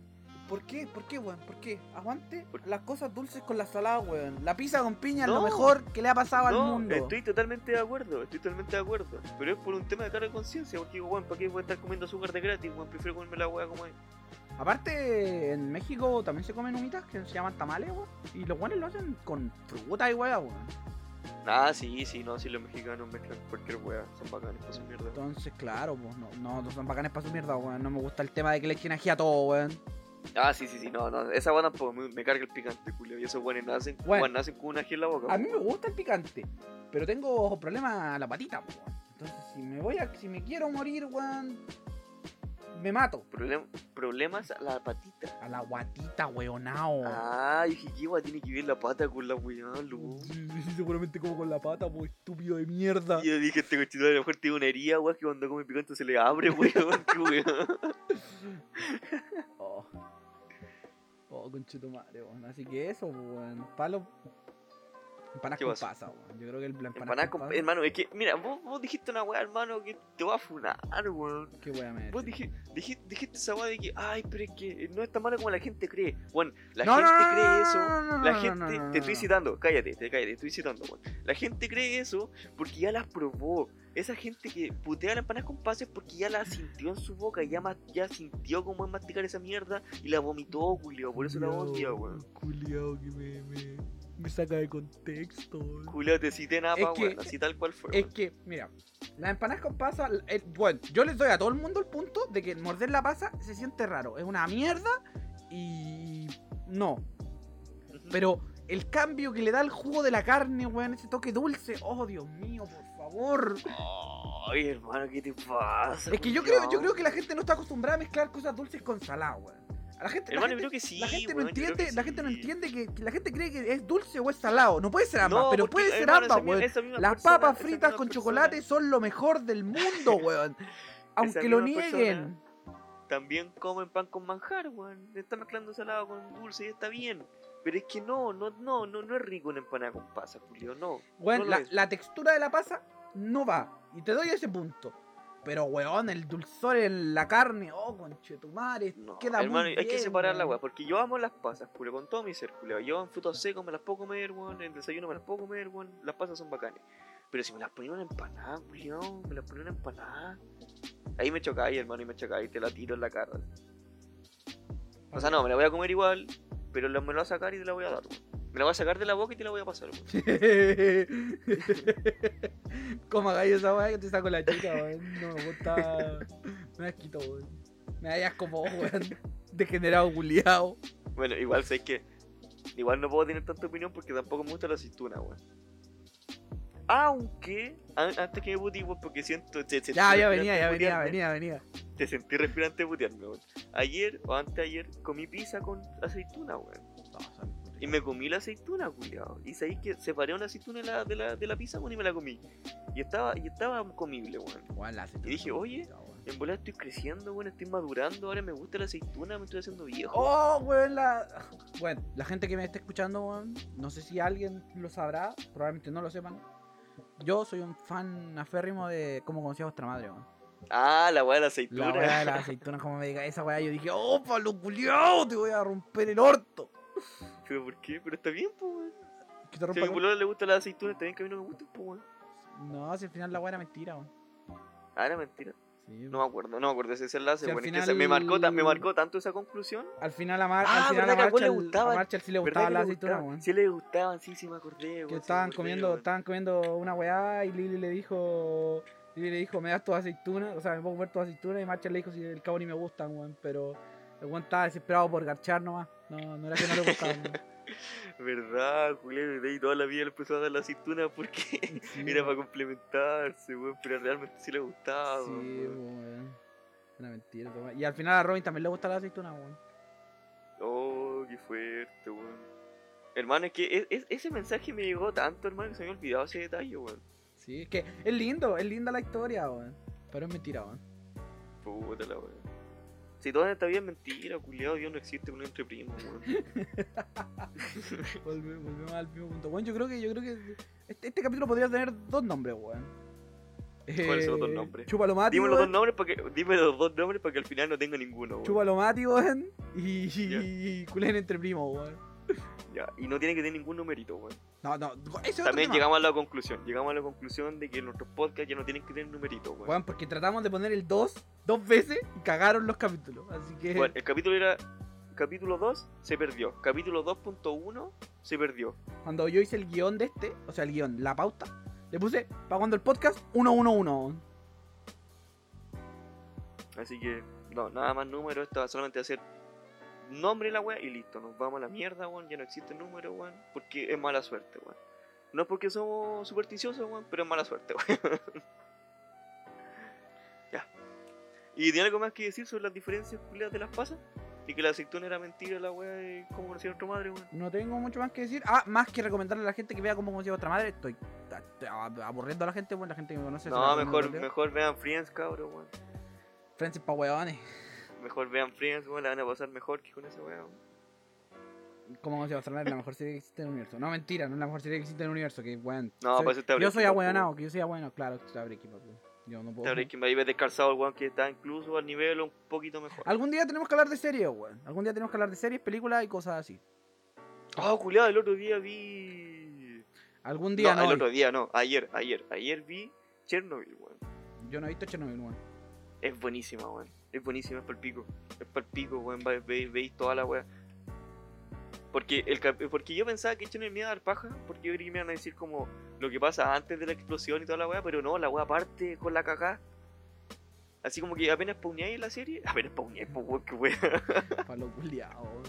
[SPEAKER 2] ¿Por qué? ¿Por qué, weón? ¿Por qué? Aguante
[SPEAKER 1] Por-
[SPEAKER 2] las cosas dulces con la salada, weón. La pizza con piña es lo
[SPEAKER 1] No.
[SPEAKER 2] mejor que le ha pasado al
[SPEAKER 1] No,
[SPEAKER 2] mundo.
[SPEAKER 1] estoy totalmente de acuerdo, estoy totalmente de acuerdo. Pero es por un tema de carga de conciencia, porque digo, bueno, ¿para qué voy a estar comiendo azúcar de gratis? Bueno, prefiero comerme la hueá como es.
[SPEAKER 2] Aparte, en México también se comen humitas que se llaman tamales, weón. Y los weones lo hacen con fruta y weá, weón.
[SPEAKER 1] Ah, sí, sí, no, si los mexicanos mezclan cualquier hueá, son bacanes para su mierda.
[SPEAKER 2] Entonces, claro, pues no, no, no son bacanes para su mierda, weón. No me gusta el tema de que le echen ají a todo, weón.
[SPEAKER 1] Ah, sí, sí, sí, no, no, esa hueá tampoco, me, me carga el picante, culio. Y esos hueones nacen,
[SPEAKER 2] Bueno.
[SPEAKER 1] hueón, nacen con una ají en la boca.
[SPEAKER 2] A mí me gusta el picante, pero tengo problemas a la patita, po, weón. Entonces, si me voy a, si me quiero morir, weón, me mato.
[SPEAKER 1] Problem- problemas a la patita.
[SPEAKER 2] A la guatita, weonao.
[SPEAKER 1] Ah, yo dije, ¿qué hueá tiene que ver la pata con la hueá, Lu?
[SPEAKER 2] seguramente como con la pata, po, estúpido de mierda.
[SPEAKER 1] Y yo dije, este cochito a lo mejor tiene una herida, hueá, que cuando come picante se le abre, hueón, qué hueá.
[SPEAKER 2] Oh, oh conchetumare, weón. Así que eso, po, weón. Palo. Empanadas
[SPEAKER 1] ¿Qué
[SPEAKER 2] con
[SPEAKER 1] pasa?
[SPEAKER 2] pasa, weón. Yo creo que el la
[SPEAKER 1] Empanada con-
[SPEAKER 2] pasa-
[SPEAKER 1] hermano, es que, mira, vos, vos dijiste una weá, hermano, que te va a funar, weón.
[SPEAKER 2] Qué wea me
[SPEAKER 1] Vos
[SPEAKER 2] decís.
[SPEAKER 1] dije, dije- dijiste esa weá de que, ay, pero es que no es tan mala como la gente cree. Bueno, la
[SPEAKER 2] No, no,
[SPEAKER 1] gente
[SPEAKER 2] no, no,
[SPEAKER 1] cree
[SPEAKER 2] no,
[SPEAKER 1] eso.
[SPEAKER 2] no, no, no,
[SPEAKER 1] La
[SPEAKER 2] no,
[SPEAKER 1] gente,
[SPEAKER 2] no, no,
[SPEAKER 1] te
[SPEAKER 2] no,
[SPEAKER 1] estoy
[SPEAKER 2] no.
[SPEAKER 1] citando, cállate, te cállate, te estoy citando, weón. La gente cree eso porque ya las probó. Esa gente que putea las empanadas con pases porque ya la sintió en su boca, ya, mas- ya sintió cómo es masticar esa mierda y la vomitó, culio, por eso la vomitó, weón.
[SPEAKER 2] Culeado que me, me, me saca de contexto, weón.
[SPEAKER 1] Culio, te cité nada,
[SPEAKER 2] Es
[SPEAKER 1] pa,
[SPEAKER 2] que-
[SPEAKER 1] weón, así tal cual fue.
[SPEAKER 2] Es
[SPEAKER 1] weón.
[SPEAKER 2] que, mira, las empanadas con pasa, eh, bueno, yo les doy a todo el mundo el punto de que morder la pasa se siente raro, es una mierda y no,
[SPEAKER 1] Ujú.
[SPEAKER 2] pero el cambio que le da el jugo de la carne, weón, ese toque dulce, oh Dios mío, por favor.
[SPEAKER 1] Ay, hermano, ¿qué te pasa?
[SPEAKER 2] Es que yo creo, yo creo que la gente no está acostumbrada a mezclar cosas dulces con salado, weón. A la gente, la
[SPEAKER 1] Hermano, yo
[SPEAKER 2] gente-
[SPEAKER 1] creo que sí.
[SPEAKER 2] la gente no
[SPEAKER 1] weón, yo creo
[SPEAKER 2] entiende,
[SPEAKER 1] que
[SPEAKER 2] la gente no
[SPEAKER 1] sí.
[SPEAKER 2] entiende que, que la gente cree que es dulce o es salado. No puede ser ambas,
[SPEAKER 1] No,
[SPEAKER 2] pero
[SPEAKER 1] porque,
[SPEAKER 2] puede ser
[SPEAKER 1] hermano, esa
[SPEAKER 2] ambas,
[SPEAKER 1] mi-
[SPEAKER 2] weón.
[SPEAKER 1] esa misma
[SPEAKER 2] Las
[SPEAKER 1] persona-
[SPEAKER 2] papas
[SPEAKER 1] esa
[SPEAKER 2] fritas
[SPEAKER 1] misma
[SPEAKER 2] con
[SPEAKER 1] persona
[SPEAKER 2] chocolate son lo mejor del mundo, weón. Aunque
[SPEAKER 1] Esa
[SPEAKER 2] lo
[SPEAKER 1] misma
[SPEAKER 2] nieguen.
[SPEAKER 1] También comen pan con manjar, weón. Le Están mezclando salado con dulce y está bien. Pero es que no, no, no, no, no es rico una empanada con pasa, Julio, no.
[SPEAKER 2] Weón,
[SPEAKER 1] no lo
[SPEAKER 2] la,
[SPEAKER 1] es.
[SPEAKER 2] la textura de la pasa no va. Y te doy ese punto. Pero, weón, el dulzor en la carne, oh, conchetumare,
[SPEAKER 1] No,
[SPEAKER 2] queda
[SPEAKER 1] hermano,
[SPEAKER 2] muy
[SPEAKER 1] hay que
[SPEAKER 2] bien,
[SPEAKER 1] separar la
[SPEAKER 2] weón.
[SPEAKER 1] weá, porque yo amo las pasas, Julio, con todo mi ser, Julio. Yo en frutos secos me las puedo comer, weón, en desayuno me las puedo comer, weón, las pasas son bacanes. Pero si me las ponía en una empanada, Julio, me las ponía en una empanada. Ahí me chocáis, hermano, y me chocáis, te la tiro en la cara. O sea, no, me la voy a comer igual, pero la- me la voy a sacar y te la voy a dar, weón. Me la voy a sacar de la boca y te la voy a pasar, weón.
[SPEAKER 2] Como gallo esa weá que te saco la chica, weón. No me gusta. Me da quito, weón. Me da asco como weón. Degenerado, buleado.
[SPEAKER 1] Bueno, igual sé que. Igual no puedo tener tanta opinión porque tampoco me gusta la aceituna, weón. Aunque, an- antes que me putí, weón, porque siento. te- te-
[SPEAKER 2] Ya,
[SPEAKER 1] te-
[SPEAKER 2] ya
[SPEAKER 1] te-
[SPEAKER 2] venía,
[SPEAKER 1] te-
[SPEAKER 2] ya
[SPEAKER 1] te-
[SPEAKER 2] venía,
[SPEAKER 1] putearme.
[SPEAKER 2] venía, venía.
[SPEAKER 1] Te sentí respirante de putearme, weón. Ayer o antes de ayer comí pizza con aceituna, weón. Y me comí la aceituna, culiao. Y sabéis que separé una aceituna de la, de la, de la pizza, weón, y me la comí. Y estaba, y estaba comible, weón.
[SPEAKER 2] Weón, la aceituna
[SPEAKER 1] Y dije,
[SPEAKER 2] está
[SPEAKER 1] oye.
[SPEAKER 2] bonita, weón.
[SPEAKER 1] En bola estoy creciendo, weón, estoy madurando, ahora me gusta la aceituna, me estoy haciendo viejo.
[SPEAKER 2] Oh, weón, la. Bueno, la gente que me está escuchando, weón, no sé si alguien lo sabrá, probablemente no lo sepan. Yo soy un fan aférrimo de cómo conocí a vuestra madre, weón.
[SPEAKER 1] Ah, la weá de la
[SPEAKER 2] La
[SPEAKER 1] aceituna.
[SPEAKER 2] weá de las aceitunas, como me diga esa weá, yo dije, oh, Pablo culiao, te voy a romper el orto.
[SPEAKER 1] Pero ¿por qué? Pero está bien, po, weón.
[SPEAKER 2] Que
[SPEAKER 1] Si
[SPEAKER 2] te rompa
[SPEAKER 1] a mi
[SPEAKER 2] el
[SPEAKER 1] polola le gusta la aceituna, también que a mí no me gusta, po, weón.
[SPEAKER 2] orto. No, si al final la weá era mentira, weón.
[SPEAKER 1] Ah, era mentira.
[SPEAKER 2] Sí,
[SPEAKER 1] No me acuerdo, no me acuerdo de ese enlace,
[SPEAKER 2] Si al
[SPEAKER 1] weón. Es que
[SPEAKER 2] final-
[SPEAKER 1] se- me, marcó, ta- me marcó tanto esa conclusión.
[SPEAKER 2] Al final la mar,
[SPEAKER 1] Ah,
[SPEAKER 2] al
[SPEAKER 1] ¿verdad
[SPEAKER 2] final la
[SPEAKER 1] que a vos
[SPEAKER 2] marcha,
[SPEAKER 1] le
[SPEAKER 2] al-
[SPEAKER 1] gustaban?
[SPEAKER 2] a Marcha sí le
[SPEAKER 1] ¿Verdad
[SPEAKER 2] gustaba
[SPEAKER 1] que
[SPEAKER 2] la
[SPEAKER 1] le
[SPEAKER 2] aceituna,
[SPEAKER 1] gustaban?
[SPEAKER 2] weón.
[SPEAKER 1] Sí le gustaban, sí, sí me acordé, weón, sí
[SPEAKER 2] Que
[SPEAKER 1] me
[SPEAKER 2] estaban
[SPEAKER 1] acordé,
[SPEAKER 2] comiendo,
[SPEAKER 1] weón.
[SPEAKER 2] estaban comiendo una weá y Lili le dijo, Lili le dijo, me das tus aceitunas, o sea, me puedo comer tus aceitunas y Marcha le dijo si el cabo ni me gustan, weón, pero el weón estaba desesperado por garchar nomás. No, no era que no le gustaban. weón.
[SPEAKER 1] Verdad, Julián, de ahí toda la vida le empezó a dar la aceituna porque
[SPEAKER 2] Sí,
[SPEAKER 1] era para
[SPEAKER 2] weón.
[SPEAKER 1] complementarse, weón, pero realmente sí le gustaba.
[SPEAKER 2] Sí,
[SPEAKER 1] weón.
[SPEAKER 2] weón. Una mentira, esa weá. Y al final a Robin también le gusta la aceituna, weón.
[SPEAKER 1] Oh, qué fuerte, weón. Hermano, es que es- es- ese mensaje me llegó tanto, hermano, que se me había olvidado ese detalle, weón.
[SPEAKER 2] Sí, es que es lindo, es linda la historia, weón. Pero es mentira, weón.
[SPEAKER 1] Puta la weón. Si todo en esta vida es mentira, culiado, Dios no existe uno entre primos, weón.
[SPEAKER 2] Volve- Volvemos al mismo punto. Weón, yo creo que, yo creo que este, este capítulo podría tener dos nombres, weón.
[SPEAKER 1] ¿Cuáles son los dos
[SPEAKER 2] Eh,
[SPEAKER 1] nombres?
[SPEAKER 2] Chúpalo Mati,
[SPEAKER 1] Dime los dos
[SPEAKER 2] weón.
[SPEAKER 1] nombres para que, dime los dos nombres para que al final no tenga ninguno, weón.
[SPEAKER 2] Chúpalo Mati, weón. Y, y,
[SPEAKER 1] Ya.
[SPEAKER 2] y culen entre primos, weón.
[SPEAKER 1] Ya, y no tiene que tener ningún numerito, weón.
[SPEAKER 2] No, no, ese es otro
[SPEAKER 1] También
[SPEAKER 2] tema.
[SPEAKER 1] llegamos a la conclusión, llegamos a la conclusión de que nuestros podcasts ya no tienen que tener numerito, weón.
[SPEAKER 2] Weón, porque tratamos de poner el 2 dos veces y cagaron los capítulos. Así que.
[SPEAKER 1] Bueno, el capítulo era. Capítulo 2 se perdió. Capítulo 2.1 se perdió.
[SPEAKER 2] cuando yo hice el guión de este, o sea, el guión, la pauta, le puse para cuando el podcast 111.
[SPEAKER 1] Así que, no, nada más número. Esto va solamente a hacer nombre la wea y listo. Nos vamos a la mierda, weón. Ya no existe número, weón. Porque es mala suerte, weón. No es porque somos supersticiosos, weón, pero es mala suerte, weón. ya. ¿Y tiene algo más que decir sobre las diferencias culiadas de las pasas? Y que la aceituna era mentira, la wea de cómo conocí a nuestra madre, weón.
[SPEAKER 2] No tengo mucho más que decir. Ah, más que recomendarle a la gente que vea cómo conocí a otra madre. Estoy, estoy aburriendo a la gente, bueno, la gente que me conoce. se la
[SPEAKER 1] No,
[SPEAKER 2] recomiendo
[SPEAKER 1] mejor,
[SPEAKER 2] cualquiera.
[SPEAKER 1] mejor vean Friends, cabrón, weón.
[SPEAKER 2] Friends pa' weones.
[SPEAKER 1] Mejor vean Friends, weón, la van a pasar mejor que con esa weá. weón.
[SPEAKER 2] ¿Cómo conocí a otra madre? La mejor serie que existe en el universo. No, mentira, no es la mejor serie que existe en el universo. Que weón.
[SPEAKER 1] No,
[SPEAKER 2] soy-
[SPEAKER 1] pues está
[SPEAKER 2] Yo
[SPEAKER 1] Breaking
[SPEAKER 2] soy
[SPEAKER 1] Bad,
[SPEAKER 2] ahueonado, que yo soy ahueonado. Claro, está Breaking Bad, weón. pues. Yo no puedo.
[SPEAKER 1] Está Breaking Bad y ves descalzado el weón que está incluso al nivel o un poquito mejor.
[SPEAKER 2] Algún día tenemos que hablar de series, weón. Algún día tenemos que hablar de series, películas y cosas así.
[SPEAKER 1] Ah, culiado, el otro día vi.
[SPEAKER 2] Algún día
[SPEAKER 1] no,
[SPEAKER 2] no.
[SPEAKER 1] el
[SPEAKER 2] hoy.
[SPEAKER 1] otro día no, ayer, ayer, ayer vi Chernobyl, weón.
[SPEAKER 2] Yo no he visto Chernobyl, weón.
[SPEAKER 1] Es buenísima, weón. Es buenísima, es palpico. Es palpico, weón. va- ve- Veis toda la weá. Porque, el, cap- porque yo pensaba que Chernobyl me iba a dar paja, porque yo creí que me iban a decir como lo que pasa antes de la explosión y toda la weá, pero no, la weá parte con la cagá. Así como que apenas pauneáis la serie, apenas pauneáis, pues weón, que weá.
[SPEAKER 2] Palo culiao, weón.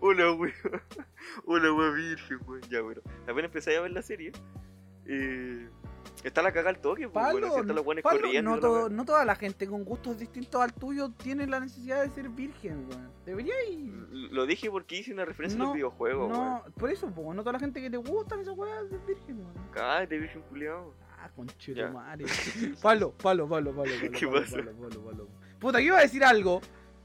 [SPEAKER 1] Hola, weón. Hola, weón virgen, weón. Ya, bueno. Apenas empecé a ver la serie. eh, está la caga al toque, pues,
[SPEAKER 2] Palo,
[SPEAKER 1] bueno. Si están los weones
[SPEAKER 2] Pablo,
[SPEAKER 1] corriendo.
[SPEAKER 2] no,
[SPEAKER 1] y toda la
[SPEAKER 2] to- no toda la gente con gustos distintos al tuyo tiene la necesidad de ser virgen, weón. Deberíais.
[SPEAKER 1] wea. L- Lo dije porque hice una referencia a
[SPEAKER 2] No,
[SPEAKER 1] los videojuegos, Mm, weón.
[SPEAKER 2] No, por eso, po, no toda la gente que te gustan esas weas es virgen, weón.
[SPEAKER 1] Cállate, virgen culiao.
[SPEAKER 2] Ah,
[SPEAKER 1] Ya.
[SPEAKER 2] conchero madre. Palo, palo, palo, palo, palo.
[SPEAKER 1] ¿Qué
[SPEAKER 2] palo,
[SPEAKER 1] pasó?
[SPEAKER 2] palo, palo, palo. Puta, que iba a decir algo,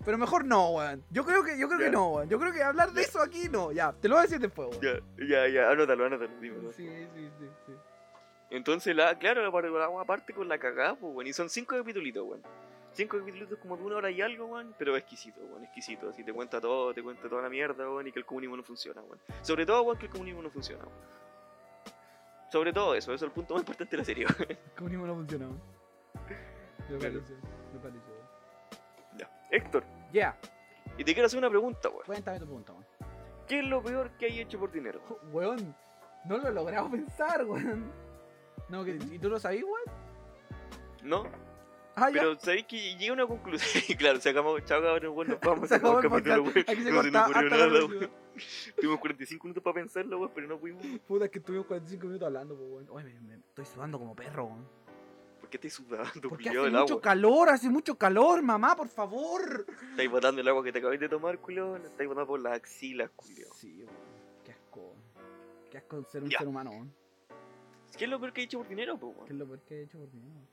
[SPEAKER 2] pero mejor no, weón. Yo creo que, yo creo
[SPEAKER 1] Ya.
[SPEAKER 2] que no, weón. Yo creo que hablar de
[SPEAKER 1] Ya.
[SPEAKER 2] eso aquí no. Ya, te lo voy a decir después, weón.
[SPEAKER 1] Ya, ya, ya. Anótalo, anótalo. Dímelo.
[SPEAKER 2] Sí, sí, sí, sí.
[SPEAKER 1] Entonces, la, claro, la, par- la wea parte con la cagada, pues, weón. Y son cinco capítulos, weón. Cinco capítulos como de una hora y algo, weón. Pero exquisito, weón. Exquisito. Así te cuenta todo, te cuenta toda la mierda, weón. Y que el comunismo no funciona, weón. Sobre todo, weón, que el comunismo no funciona, weón. Sobre todo eso, eso es el punto más importante de la serie. weón.
[SPEAKER 2] Comunismo no funcionó. Me
[SPEAKER 1] Claro.
[SPEAKER 2] pareció, me pareció.
[SPEAKER 1] Ya. Héctor,
[SPEAKER 2] Ya,
[SPEAKER 1] y te quiero hacer una pregunta, weón.
[SPEAKER 2] cuéntame tu punto, weón.
[SPEAKER 1] ¿Qué es lo peor que hay hecho por dinero?
[SPEAKER 2] Weón, no lo he logrado pensar, weón. No, que, ¿y tú lo sabías, weón?
[SPEAKER 1] ¿No?
[SPEAKER 2] Ah, ya.
[SPEAKER 1] Pero sabéis que llega a una conclusión. Y claro, se acabó. Chao, cabrón, bueno, nos vamos.
[SPEAKER 2] Se acabó el
[SPEAKER 1] capítulo,
[SPEAKER 2] podcast.
[SPEAKER 1] weón.
[SPEAKER 2] Aquí se
[SPEAKER 1] No se
[SPEAKER 2] corta
[SPEAKER 1] nos ocurrió
[SPEAKER 2] hasta la
[SPEAKER 1] nada,
[SPEAKER 2] próxima.
[SPEAKER 1] weón. Tuvimos 45 minutos para pensarlo, weón, pero no pudimos.
[SPEAKER 2] Puta, es que estuvimos 45 minutos hablando, po, weón. Oye, me, me estoy sudando como perro, weón.
[SPEAKER 1] ¿Por qué estás sudando,
[SPEAKER 2] Porque
[SPEAKER 1] culiado,
[SPEAKER 2] hace
[SPEAKER 1] el
[SPEAKER 2] mucho
[SPEAKER 1] agua?
[SPEAKER 2] calor, hace mucho calor, mamá, por favor.
[SPEAKER 1] Estáis botando el agua que te acabáis de tomar, culiado. La estáis botando por las axilas, culiado.
[SPEAKER 2] Sí, weón. Qué asco, weón. Qué asco ser un
[SPEAKER 1] Ya.
[SPEAKER 2] ser humano, weón.
[SPEAKER 1] ¿Qué es lo peor que hay hecho por dinero, po, weón?
[SPEAKER 2] ¿Qué es lo peor que he hecho por ti, weón?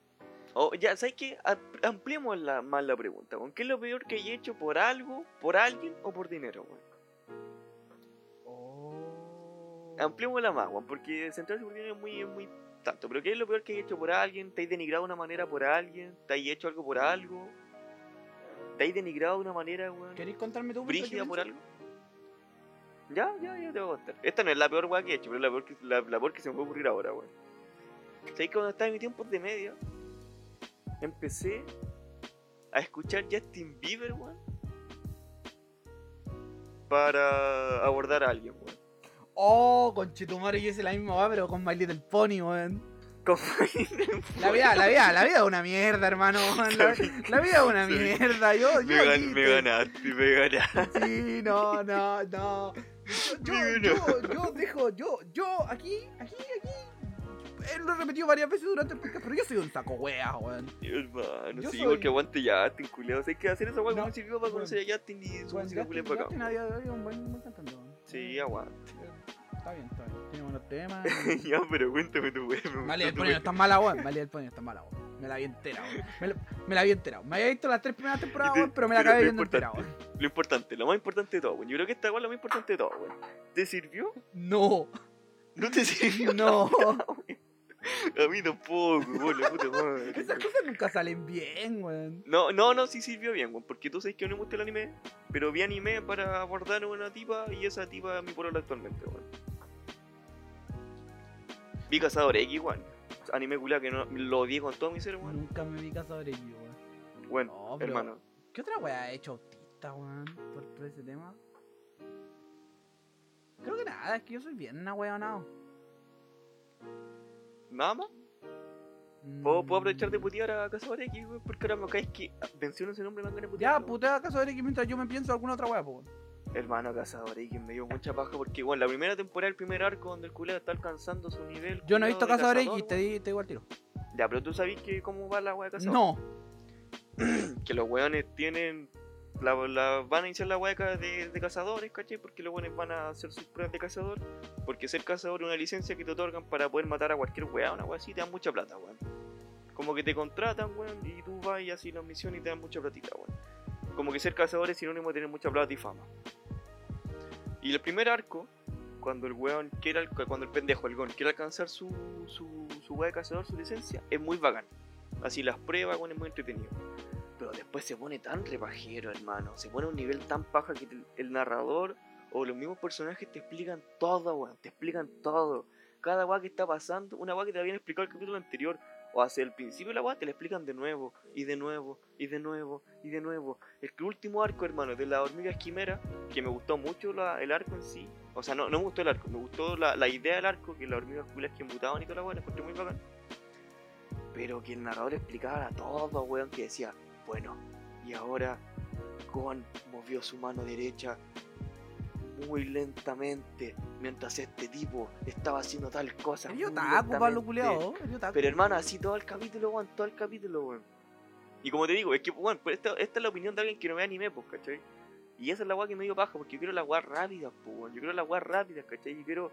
[SPEAKER 1] Oh, ya, ¿sabes qué? A- Ampliemos la, más la pregunta, weón. ¿Qué es lo peor que hay hecho por algo, por alguien o por dinero, weón?
[SPEAKER 2] Oh.
[SPEAKER 1] Ampliémosla más, weón, porque centrarse por dinero es muy, es muy tanto. Pero ¿qué es lo peor que hay hecho por alguien? ¿Te has denigrado de una manera por alguien? ¿Te has hecho algo por algo? ¿Te has denigrado de una manera, weón?
[SPEAKER 2] ¿Queréis contarme tú?
[SPEAKER 1] ¿Brígida por algo? Ya, ya, ya te voy a contar. Esta no es la peor weá que he hecho, pero es la peor que, la, la peor que se me puede ocurrir ahora, weón. ¿Sabes que cuando estaba en mi tiempo de media, empecé a escuchar Justin Bieber, weón? Para abordar a alguien, weón.
[SPEAKER 2] Oh, conchetumare, yo hice la misma, weón, pero con My Little Pony, weón.
[SPEAKER 1] Con-
[SPEAKER 2] La vida, la vida, la vida es una mierda, hermano. weón. La, la vida es una
[SPEAKER 1] Sí.
[SPEAKER 2] mierda. Yo, yo
[SPEAKER 1] Me, gan-
[SPEAKER 2] aquí
[SPEAKER 1] me
[SPEAKER 2] te-
[SPEAKER 1] ganaste, me ganaste.
[SPEAKER 2] Sí, no, no, no. Yo, yo,
[SPEAKER 1] Digo,
[SPEAKER 2] yo, yo dejo, yo, yo, aquí, aquí, aquí. Eh, lo he repetido varias veces durante el podcast, pero yo soy un saco wea, weón.
[SPEAKER 1] Hermano,
[SPEAKER 2] Yo
[SPEAKER 1] sí,
[SPEAKER 2] soy-
[SPEAKER 1] porque aguante Justin, culiao. O sea, hay que hacer esa weá
[SPEAKER 2] No,
[SPEAKER 1] como no, sirvió para
[SPEAKER 2] bueno.
[SPEAKER 1] conocer a Justin y su música culiao para acá.
[SPEAKER 2] nadie es un buen, buen cantante, weón. Eh,
[SPEAKER 1] Sí, aguanta.
[SPEAKER 2] Está bien, está bien. Tiene buenos temas.
[SPEAKER 1] ya, pero cuéntame tu weá. me
[SPEAKER 2] Vale,
[SPEAKER 1] gustó
[SPEAKER 2] el
[SPEAKER 1] tu
[SPEAKER 2] ponio
[SPEAKER 1] weá.
[SPEAKER 2] está mala, weón. Vale, el ponio está mala, weón. Me la vi entera, weón. Me, la- me la vi entera. Me había visto las tres primeras temporadas,
[SPEAKER 1] Este-
[SPEAKER 2] weón, pero me la
[SPEAKER 1] pero lo
[SPEAKER 2] acabé viendo entera,
[SPEAKER 1] importante.
[SPEAKER 2] weón.
[SPEAKER 1] Lo importante, lo más importante de todo, weón. Yo creo que esta weá es lo más importante de todo, weón. ¿Te sirvió?
[SPEAKER 2] No,
[SPEAKER 1] No te sirvió.
[SPEAKER 2] no.
[SPEAKER 1] A mí tampoco, weón, la puta madre.
[SPEAKER 2] Esas cosas nunca salen bien, weón.
[SPEAKER 1] No, no, no, sí sirvió bien, weón, porque tú sabes que no me gusta el anime, pero vi anime para abordar a una tipa y esa tipa es mi polola actualmente, weón. Vi Cazador X, weón. Anime culiao que no, lo odié con todo mi ser, weón.
[SPEAKER 2] Nunca me vi casado de ello, weón.
[SPEAKER 1] Bueno,
[SPEAKER 2] No, pero-
[SPEAKER 1] hermano,
[SPEAKER 2] ¿Qué otra weá ha hecho autista, weón? Por, por ese tema. Creo que nada, es que yo soy bien una weá, no.
[SPEAKER 1] nada más. ¿Puedo,
[SPEAKER 2] Mm.
[SPEAKER 1] puedo aprovechar de putear a Cazador X, weón, porque ahora me caes que menciono ese nombre, me dan ganas de
[SPEAKER 2] Ya,
[SPEAKER 1] putearlo,
[SPEAKER 2] putea acaso de X mientras yo me pienso alguna otra weá, po. weón.
[SPEAKER 1] Hermano Cazador X me dio mucha paja porque, bueno, la primera temporada, el primer arco donde el culero está alcanzando su nivel.
[SPEAKER 2] Yo no he visto
[SPEAKER 1] culiao de
[SPEAKER 2] Cazador
[SPEAKER 1] cazador,
[SPEAKER 2] X, te,
[SPEAKER 1] weón.
[SPEAKER 2] di- te digo al tiro.
[SPEAKER 1] Ya, pero tú sabes que cómo va la weá de Cazador
[SPEAKER 2] No,
[SPEAKER 1] que los weones tienen. La, la- van a iniciar la hueca de, de cazadores, ¿cachai? Porque los weones van a hacer sus pruebas de cazador. Porque ser cazador es una licencia que te otorgan para poder matar a cualquier weá, una weá así, te dan mucha plata, weón. Como que te contratan, weón, y tú vas y haces las misiones y te dan mucha platita, weón. Como que ser cazador es sinónimo de tener mucha plata y fama. Y el primer arco, cuando el weón quiere, alca- cuando el pendejo, el gon, quiere alcanzar su, su, su weá de cazador, su licencia, es muy bacán. Así las pruebas, weón, es muy entretenido pero después se pone tan repajero, hermano. Se pone a un nivel tan paja que te- el narrador o los mismos personajes te explican todo, weón. Te explican todo. Cada weá que está pasando, una weá que te habían explicado el capítulo anterior, o hacia el principio de la weá, te la explican de nuevo, y de nuevo, y de nuevo, y de nuevo. El último arco, hermano, de la hormiga quimera, que me gustó mucho la- el arco en sí. O sea, no, no me gustó el arco, me gustó la, la idea del arco, que las hormigas culas que embutaban y toda la weá, la encontré muy bacán. Pero que el narrador explicaba todo, weón, que decía, bueno, y ahora Gon movió su mano derecha muy lentamente mientras este tipo estaba haciendo tal cosa.
[SPEAKER 2] yo
[SPEAKER 1] muy
[SPEAKER 2] otaku, Pablo
[SPEAKER 1] lentamente".
[SPEAKER 2] culeado. Eres otaku.
[SPEAKER 1] Pero hermano, así todo el capítulo, weón, todo el capítulo, weón. Y como te digo, es que, weón, pues esta, esta es la opinión de alguien que no ve anime, pues, ¿cachai? Y esa es la weá que me dio paja, porque yo quiero la weá rápida, pues, weón. Yo quiero la weá rápida, ¿cachai? Yo quiero,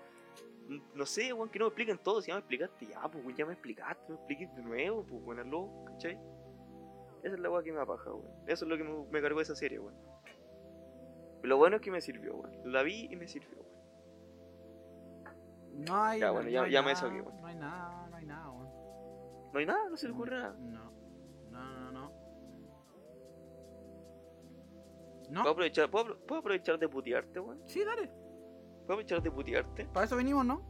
[SPEAKER 1] n- no sé, weón, que no me expliquen todo. Si ya me explicaste, ya, pues, weón, ya me explicaste, no me expliques de nuevo, pues, weón, aló, ¿cachai? Esa es la weá que me da paja, weón. Eso es lo que me, me cargó esa serie, weón. Lo bueno es que me sirvió, weón. La vi y me sirvió, weón.
[SPEAKER 2] No hay.
[SPEAKER 1] Ya, bueno, ya-
[SPEAKER 2] no hay
[SPEAKER 1] ya me
[SPEAKER 2] nada,
[SPEAKER 1] desahogué, weón.
[SPEAKER 2] No hay nada, no hay nada, weón.
[SPEAKER 1] No hay nada, no se le ocurre nada.
[SPEAKER 2] No, no, no, no.
[SPEAKER 1] ¿Puedo
[SPEAKER 2] No,
[SPEAKER 1] aprovechar, puedo, apro- puedo aprovechar de putearte, weón?
[SPEAKER 2] sí, dale.
[SPEAKER 1] ¿Puedo aprovechar de putearte?
[SPEAKER 2] Para eso venimos, ¿no?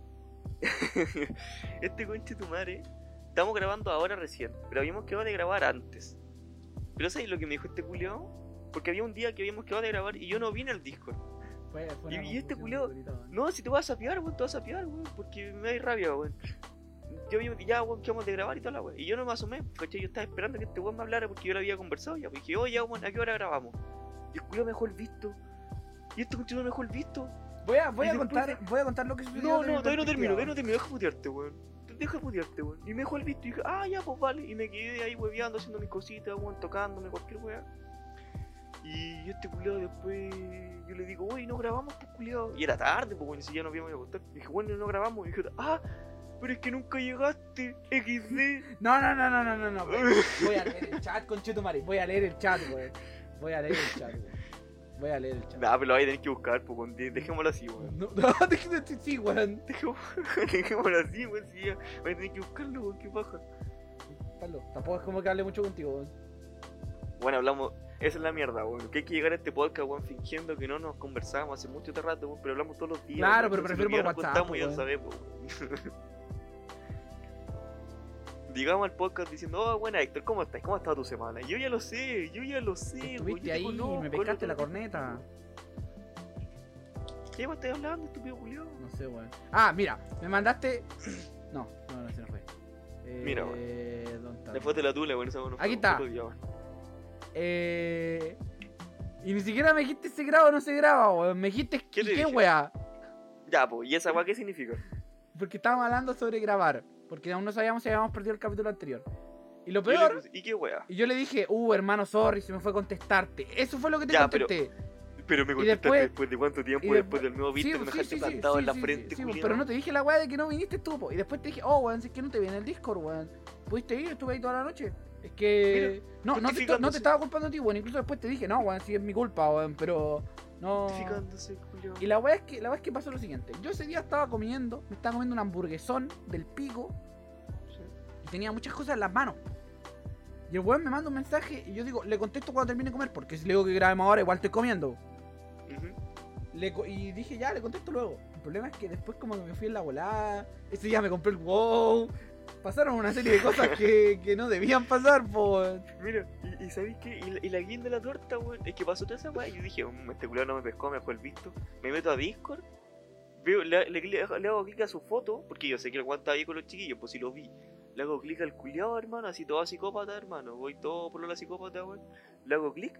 [SPEAKER 1] este conche tu madre. Estamos grabando ahora recién, pero habíamos quedado de grabar antes. Pero ¿sabes lo que me dijo este culiao? Porque había un día que habíamos quedado de grabar y yo no vine al Discord.
[SPEAKER 2] Fue- fue
[SPEAKER 1] Y-
[SPEAKER 2] una
[SPEAKER 1] y este
[SPEAKER 2] confusión
[SPEAKER 1] culiao-
[SPEAKER 2] muy bonita, weón.
[SPEAKER 1] No, si te vas a piar, weón, te vas a piar, weón, porque me da rabia, weón. Yo vi, ya, weón, que vamos de grabar y toda la weón. Y yo no me asomé, ¿cachai? Yo estaba esperando que este weón me hablara porque yo lo había conversado ya. Pues dije, oye, ya, weón, ¿a qué hora grabamos? Y el culiao me dejó el visto. Y este conchito me dejó el visto.
[SPEAKER 2] Voy a, voy
[SPEAKER 1] y
[SPEAKER 2] a
[SPEAKER 1] después
[SPEAKER 2] contar, voy a contar lo que sucedió.
[SPEAKER 1] No,
[SPEAKER 2] desde mi
[SPEAKER 1] no, todavía no termino, todavía no termino,
[SPEAKER 2] perspectiva,
[SPEAKER 1] deja putearte, weón. Deja putearte, weón. Y me dejó el visto y dije, ah, ya, pues vale. Y me quedé ahí hueveando, haciendo mis cositas, weón, tocándome, cualquier weá. Y este culiado después, yo le digo, uy, no grabamos, pues culiado. Y era tarde, pues, weón, si ya nos habíamos ido a acostar. Y dije, bueno, no grabamos. Y dije, ah, pero es que nunca llegaste, XD.
[SPEAKER 2] weón. No, no, no, no, no, no, no. weón. Voy a leer el chat, conchetumare. Voy a leer el chat, weón. Voy a leer el chat, weón. Voy a leer el chat.
[SPEAKER 1] nah, pero lo vais a tener que buscar, pues, weón, de- dejémoslo así, weón.
[SPEAKER 2] No, no, déjame- sí, sí, weón.
[SPEAKER 1] Dejé- Dejémoslo así, weón, si ya vais a tener que buscarlo, weón, qué paja.
[SPEAKER 2] Pablo, tampoco es como que hable mucho contigo, weón.
[SPEAKER 1] Bueno, hablamos. Esa es la mierda, weón. Que hay que llegar a este podcast, weón, fingiendo que no nos conversábamos hace mucho rato, weón, pero hablamos todos los días.
[SPEAKER 2] Claro,
[SPEAKER 1] weón.
[SPEAKER 2] pero
[SPEAKER 1] Entonces,
[SPEAKER 2] prefiero
[SPEAKER 1] lo que ya
[SPEAKER 2] por
[SPEAKER 1] nos contamos
[SPEAKER 2] WhatsApp,
[SPEAKER 1] ya lo sabemos, weón. Llegamos al podcast diciendo, oh, buena Héctor, ¿cómo estás? ¿Cómo ha estado tu semana? Yo ya lo sé, yo ya lo sé, weón.
[SPEAKER 2] Estuviste
[SPEAKER 1] yo te
[SPEAKER 2] ahí,
[SPEAKER 1] conozco,
[SPEAKER 2] me pescaste
[SPEAKER 1] loco.
[SPEAKER 2] la corneta.
[SPEAKER 1] ¿Qué me estás hablando, estúpido culiao?
[SPEAKER 2] No sé, weón. Ah, mira, me mandaste. No, no, no, se nos fue. Eh,
[SPEAKER 1] Mira,
[SPEAKER 2] ¿dónde está?
[SPEAKER 1] Después de la tula, weón, esa weón, no fue-
[SPEAKER 2] Aquí está.
[SPEAKER 1] fue otro día, weón.
[SPEAKER 2] Eh. Y ni siquiera me dijiste si graba o no se graba, weón. Me dijiste
[SPEAKER 1] ¿Qué
[SPEAKER 2] qué,
[SPEAKER 1] te dije?
[SPEAKER 2] qué weá.
[SPEAKER 1] Ya, pues, ¿y esa weá qué significa?
[SPEAKER 2] Porque estábamos hablando sobre grabar. Porque aún no sabíamos si habíamos perdido el capítulo anterior. Y lo
[SPEAKER 1] Yo le
[SPEAKER 2] peor,
[SPEAKER 1] puse- ¿Y qué weá?
[SPEAKER 2] y yo le dije, uh, hermano, sorry, se me fue contestarte. Eso fue lo que te
[SPEAKER 1] Ya, pero-
[SPEAKER 2] contesté.
[SPEAKER 1] Pero me contestaste después,
[SPEAKER 2] después-
[SPEAKER 1] de cuánto tiempo,
[SPEAKER 2] y
[SPEAKER 1] después,
[SPEAKER 2] después-
[SPEAKER 1] del nuevo
[SPEAKER 2] Sí, pues
[SPEAKER 1] vídeo,
[SPEAKER 2] sí,
[SPEAKER 1] me dejaste
[SPEAKER 2] sí, sí,
[SPEAKER 1] plantado
[SPEAKER 2] sí,
[SPEAKER 1] en la
[SPEAKER 2] sí,
[SPEAKER 1] frente,
[SPEAKER 2] sí, sí,
[SPEAKER 1] culiao.
[SPEAKER 2] pero no te dije la weá de que no viniste tú, po. Y después te dije, oh, weón, si es que no te viene el Discord, weón. Pudiste ir, estuve ahí toda la noche. Es que. no, no te,
[SPEAKER 1] justificándose.
[SPEAKER 2] no te estaba culpando a ti, weón. Incluso después te dije, no, weón, sí es mi culpa, weón, pero. No.
[SPEAKER 1] Justificándose, culiao.
[SPEAKER 2] Y la weá es que la weá es que pasó lo siguiente. Yo ese día estaba comiendo, me estaba comiendo un hamburguesón del pico
[SPEAKER 1] Sí.
[SPEAKER 2] y tenía muchas cosas en las manos. Y el weón me manda un mensaje y yo digo, le contesto cuando termine de comer, porque si le digo que grabemos ahora, igual estoy comiendo.
[SPEAKER 1] Ujú.
[SPEAKER 2] Le co- y dije, ya, le contesto luego. El problema es que después como que me fui en la volada, ese día me compré el wow. Pasaron una serie de cosas que, que no debían pasar, por...
[SPEAKER 1] Mira, y, y ¿sabéis qué? Y la, y la guinda de la torta, weón. Es que pasó toda esa weá. Y yo dije, mmm, este culo no me pescó, me dejó el visto. Me meto a Discord. Veo, le, le- le- le hago clic a su foto, porque yo sé que el guante ahí con los chiquillos, pues si lo vi. Le hago clic al culiado, hermano, así todo psicópata, hermano. Voy todo por la psicópata, weón. Le hago clic.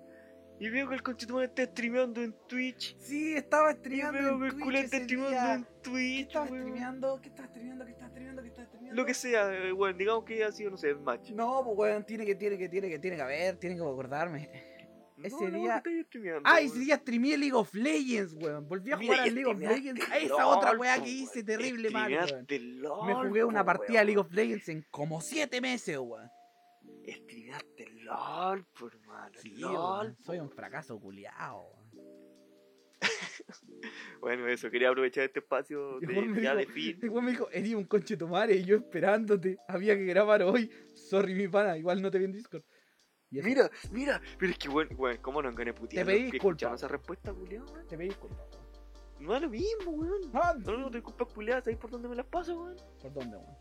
[SPEAKER 1] Y veo que el conchetumán está streameando en Twitch.
[SPEAKER 2] Sí, estaba
[SPEAKER 1] Y
[SPEAKER 2] streameando
[SPEAKER 1] veo que el
[SPEAKER 2] en Twitch
[SPEAKER 1] culo está
[SPEAKER 2] ese
[SPEAKER 1] streameando
[SPEAKER 2] día.
[SPEAKER 1] en
[SPEAKER 2] ¿Qué
[SPEAKER 1] Twitch,
[SPEAKER 2] estabas
[SPEAKER 1] weón.
[SPEAKER 2] streameando? ¿Qué estabas streameando? ¿Qué estabas streameando? ¿Qué estabas streameando?
[SPEAKER 1] Lo que sea, eh, weón. Digamos que ha sido, no sé, el match.
[SPEAKER 2] No, pues weón, tiene que, tiene que, tiene que, tiene que haber, tiene que acordarme.
[SPEAKER 1] No,
[SPEAKER 2] Ese
[SPEAKER 1] no,
[SPEAKER 2] día-
[SPEAKER 1] ¿qué estáis streameando,
[SPEAKER 2] Ay,
[SPEAKER 1] weón?
[SPEAKER 2] ese día streameé League of Legends, weón. Volví a jugar al League of Legends. A esa
[SPEAKER 1] LOL,
[SPEAKER 2] otra weá que
[SPEAKER 1] po,
[SPEAKER 2] hice
[SPEAKER 1] weón.
[SPEAKER 2] terrible mal, weón.
[SPEAKER 1] Streameaste LOL,
[SPEAKER 2] Me jugué una
[SPEAKER 1] po,
[SPEAKER 2] partida de League
[SPEAKER 1] weón.
[SPEAKER 2] of Legends en como 7 meses, weón.
[SPEAKER 1] Streameaste LOL, por hermano.
[SPEAKER 2] Sí,
[SPEAKER 1] LOL.
[SPEAKER 2] weón. Soy un fracaso culiao. weón.
[SPEAKER 1] Bueno, eso, quería aprovechar este espacio
[SPEAKER 2] Y
[SPEAKER 1] de,
[SPEAKER 2] Juan
[SPEAKER 1] ya
[SPEAKER 2] me
[SPEAKER 1] de
[SPEAKER 2] dijo-
[SPEAKER 1] fin.
[SPEAKER 2] Este weón me dijo, Eri, un conche tu madre, y yo esperándote. Había que grabar hoy. Sorry, mi pana, igual no te vi en Discord. Y eso,
[SPEAKER 1] Mira, mira, pero es que, weón, weón, ¿cómo nos gané puteando?
[SPEAKER 2] pedí
[SPEAKER 1] ¿Que
[SPEAKER 2] disculpa.
[SPEAKER 1] escucharon esa respuesta, culiao, weón?
[SPEAKER 2] te pedí disculpas.
[SPEAKER 1] No es lo mismo, weón.
[SPEAKER 2] Ah,
[SPEAKER 1] No lo mismo te disculpas, culiao, ¿sabes por dónde me las paso, weón?
[SPEAKER 2] ¿Por dónde, weón?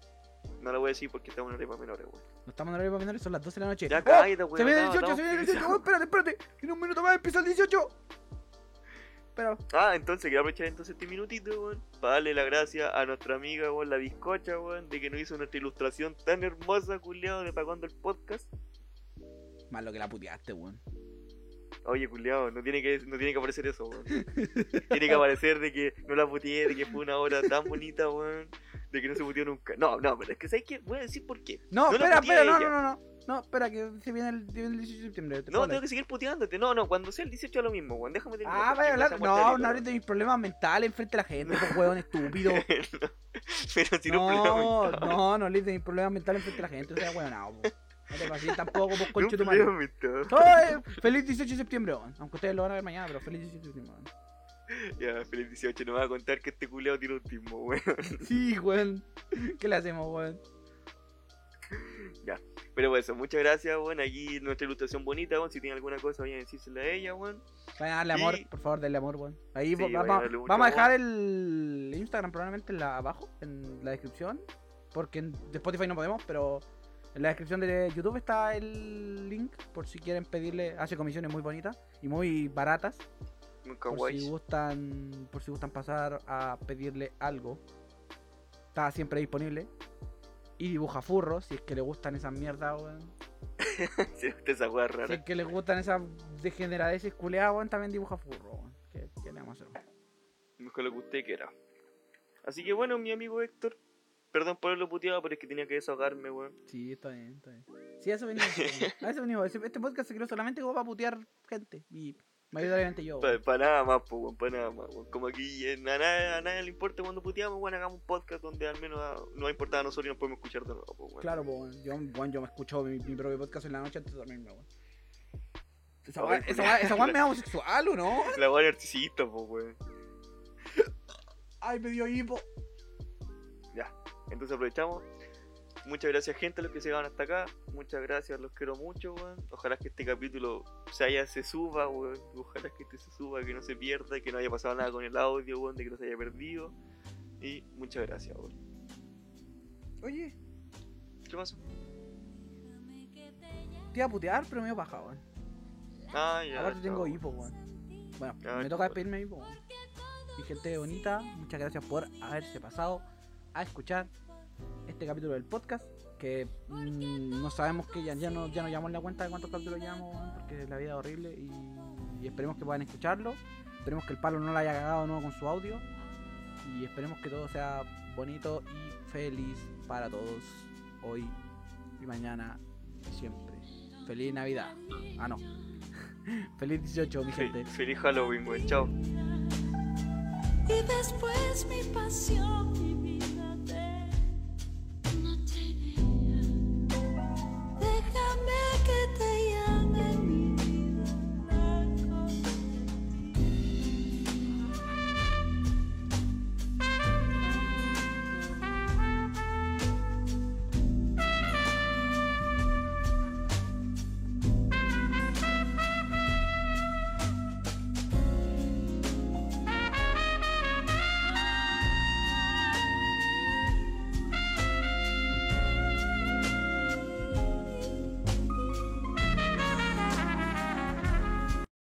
[SPEAKER 1] No la voy a decir porque estamos en horario para menores, weón.
[SPEAKER 2] No estamos en horario para menores, son las 12 de la noche.
[SPEAKER 1] Ya
[SPEAKER 2] ¡Oh!
[SPEAKER 1] cállate, weón.
[SPEAKER 2] Se viene el
[SPEAKER 1] no,
[SPEAKER 2] 18,
[SPEAKER 1] estamos
[SPEAKER 2] se viene el 18.
[SPEAKER 1] finalizando.
[SPEAKER 2] Oh, espérate, espérate. En un minuto más empieza el 18. Pero,
[SPEAKER 1] Ah, entonces quería aprovechar entonces este minutito, weón, para darle la gracia a nuestra amiga, weón, la bizcocha, weón, de que nos hizo nuestra ilustración tan hermosa, culiado, de pagando el podcast.
[SPEAKER 2] más lo que la puteaste, weón.
[SPEAKER 1] Oye, culiado, no tiene que, no tiene que aparecer eso, weón. Tiene que aparecer de que no la puteé, de que fue una hora tan bonita, weón, de que no se puteó nunca. No, no, pero es que ¿sabes qué? Voy a decir por qué.
[SPEAKER 2] No,
[SPEAKER 1] No la
[SPEAKER 2] espera,
[SPEAKER 1] puteé
[SPEAKER 2] espera,
[SPEAKER 1] a
[SPEAKER 2] no,
[SPEAKER 1] ella.
[SPEAKER 2] no, no, no. No, espera, que se viene el, se viene el 18 de septiembre. te puedo
[SPEAKER 1] No,
[SPEAKER 2] hablar.
[SPEAKER 1] tengo que seguir puteándote. No, no, cuando sea el 18 lo mismo, weón. Déjame terminar.
[SPEAKER 2] Ah,
[SPEAKER 1] porque
[SPEAKER 2] vaya a
[SPEAKER 1] me
[SPEAKER 2] hablar.
[SPEAKER 1] vas a cortar
[SPEAKER 2] No,
[SPEAKER 1] el
[SPEAKER 2] no
[SPEAKER 1] hilo,
[SPEAKER 2] hables de mis problemas mentales enfrente de la gente, pues, weón, estúpido.
[SPEAKER 1] weón. Pero si no,
[SPEAKER 2] No,
[SPEAKER 1] problema mental.
[SPEAKER 2] no, no hables de mis problemas mentales enfrente de la gente, o sea, weón, no, po. No te pases tampoco, pues,
[SPEAKER 1] No,
[SPEAKER 2] conche tu madre.
[SPEAKER 1] problema mental.
[SPEAKER 2] Ay, Feliz 18 de septiembre, weón. Aunque ustedes lo van a ver mañana, pero feliz 18 de septiembre, weón.
[SPEAKER 1] Ya, feliz 18, no me va a contar que este culeado tiene autismo, weón.
[SPEAKER 2] Sí, weón. ¿Qué le hacemos, weón?
[SPEAKER 1] Pero bueno, eso, muchas gracias, weón. Aquí nuestra ilustración bonita, weón. Si tiene alguna cosa, vayan a decírsela a ella, weón.
[SPEAKER 2] Vayan a darle amor,
[SPEAKER 1] Y-
[SPEAKER 2] por favor, denle amor, weón.
[SPEAKER 1] Sí,
[SPEAKER 2] Ahí va-
[SPEAKER 1] vayan a
[SPEAKER 2] vamos,
[SPEAKER 1] darle mucho
[SPEAKER 2] vamos a dejar
[SPEAKER 1] amor.
[SPEAKER 2] el Instagram probablemente en la, abajo, en la descripción. Porque en, de Spotify no podemos, pero en la descripción de YouTube está el link por si quieren pedirle. Hace comisiones muy bonitas y muy baratas.
[SPEAKER 1] Muy
[SPEAKER 2] Por
[SPEAKER 1] kawaii.
[SPEAKER 2] si gustan, por si gustan pasar a pedirle algo. Está siempre disponible. Y dibuja furros, si es que le gustan esas mierdas, weón.
[SPEAKER 1] Si usted esa weá
[SPEAKER 2] Si
[SPEAKER 1] rara.
[SPEAKER 2] es que les gustan esas degeneradeces culeadas, weón, también dibuja furro, weón. ¿Qué, qué le vamos a hacer? weón?
[SPEAKER 1] Mejor lo que usted quiera. Así que bueno, mi amigo Héctor. Perdón por haberlo puteado, pero es que tenía que desahogarme, weón.
[SPEAKER 2] Sí, está bien, está bien. Sí, a eso venimos. weón. A eso venimos. Ese- Este podcast se creó solamente como para putear gente. Y mayoritariamente yo.
[SPEAKER 1] Para
[SPEAKER 2] weón.
[SPEAKER 1] nada más, pues, weón. Para nada más, weón. Como aquí eh, a, nadie, a nadie le importa cuando puteamos, weón. Hagamos un podcast donde al menos ah, nos va a importar a nosotros y nos podemos escuchar de nuevo, pues, weón.
[SPEAKER 2] Claro, po, weón. Yo, weón, yo me escucho mi, mi propio podcast en la noche antes de dormirme, weón. Esa
[SPEAKER 1] Ay, pues.
[SPEAKER 2] weón esa weá- esa weá me da homosexual, ¿o no?
[SPEAKER 1] La weá narcisista, pues, weón.
[SPEAKER 2] Ay, me dio hipo.
[SPEAKER 1] Entonces aprovechamos. Muchas gracias gente a los que se llegaron hasta acá. Muchas gracias, los quiero mucho, weón. Ojalá que este capítulo se haya, se suba, weón. Ojalá que este se suba, que no se pierda, que no haya pasado nada con el audio, weón, de que no se haya perdido. Y muchas gracias, weón.
[SPEAKER 2] Oye,
[SPEAKER 1] ¿Qué pasó?
[SPEAKER 2] te iba a putear, pero me dio paja, weón.
[SPEAKER 1] Ah, ya.
[SPEAKER 2] Aparte
[SPEAKER 1] chao.
[SPEAKER 2] tengo hipo, weón. Bueno,
[SPEAKER 1] Ya,
[SPEAKER 2] me toca
[SPEAKER 1] chao.
[SPEAKER 2] despedirme hipo, weón. Mi gente bonita, muchas gracias por haberse pasado a escuchar este capítulo del podcast. Que mm, no sabemos que ya, ya no ya no llevamos la cuenta de cuántos capítulos llevamos, weón, porque la vida es horrible y, y esperemos que puedan escucharlo. Esperemos que el palo no la haya cagado de nuevo con su audio. Y esperemos que todo sea bonito y feliz para todos hoy y mañana y siempre. Feliz Navidad. Ah, no. Feliz 18, mi gente.
[SPEAKER 1] Fe- Feliz Halloween, weón. Chao.
[SPEAKER 3] y después mi pasión.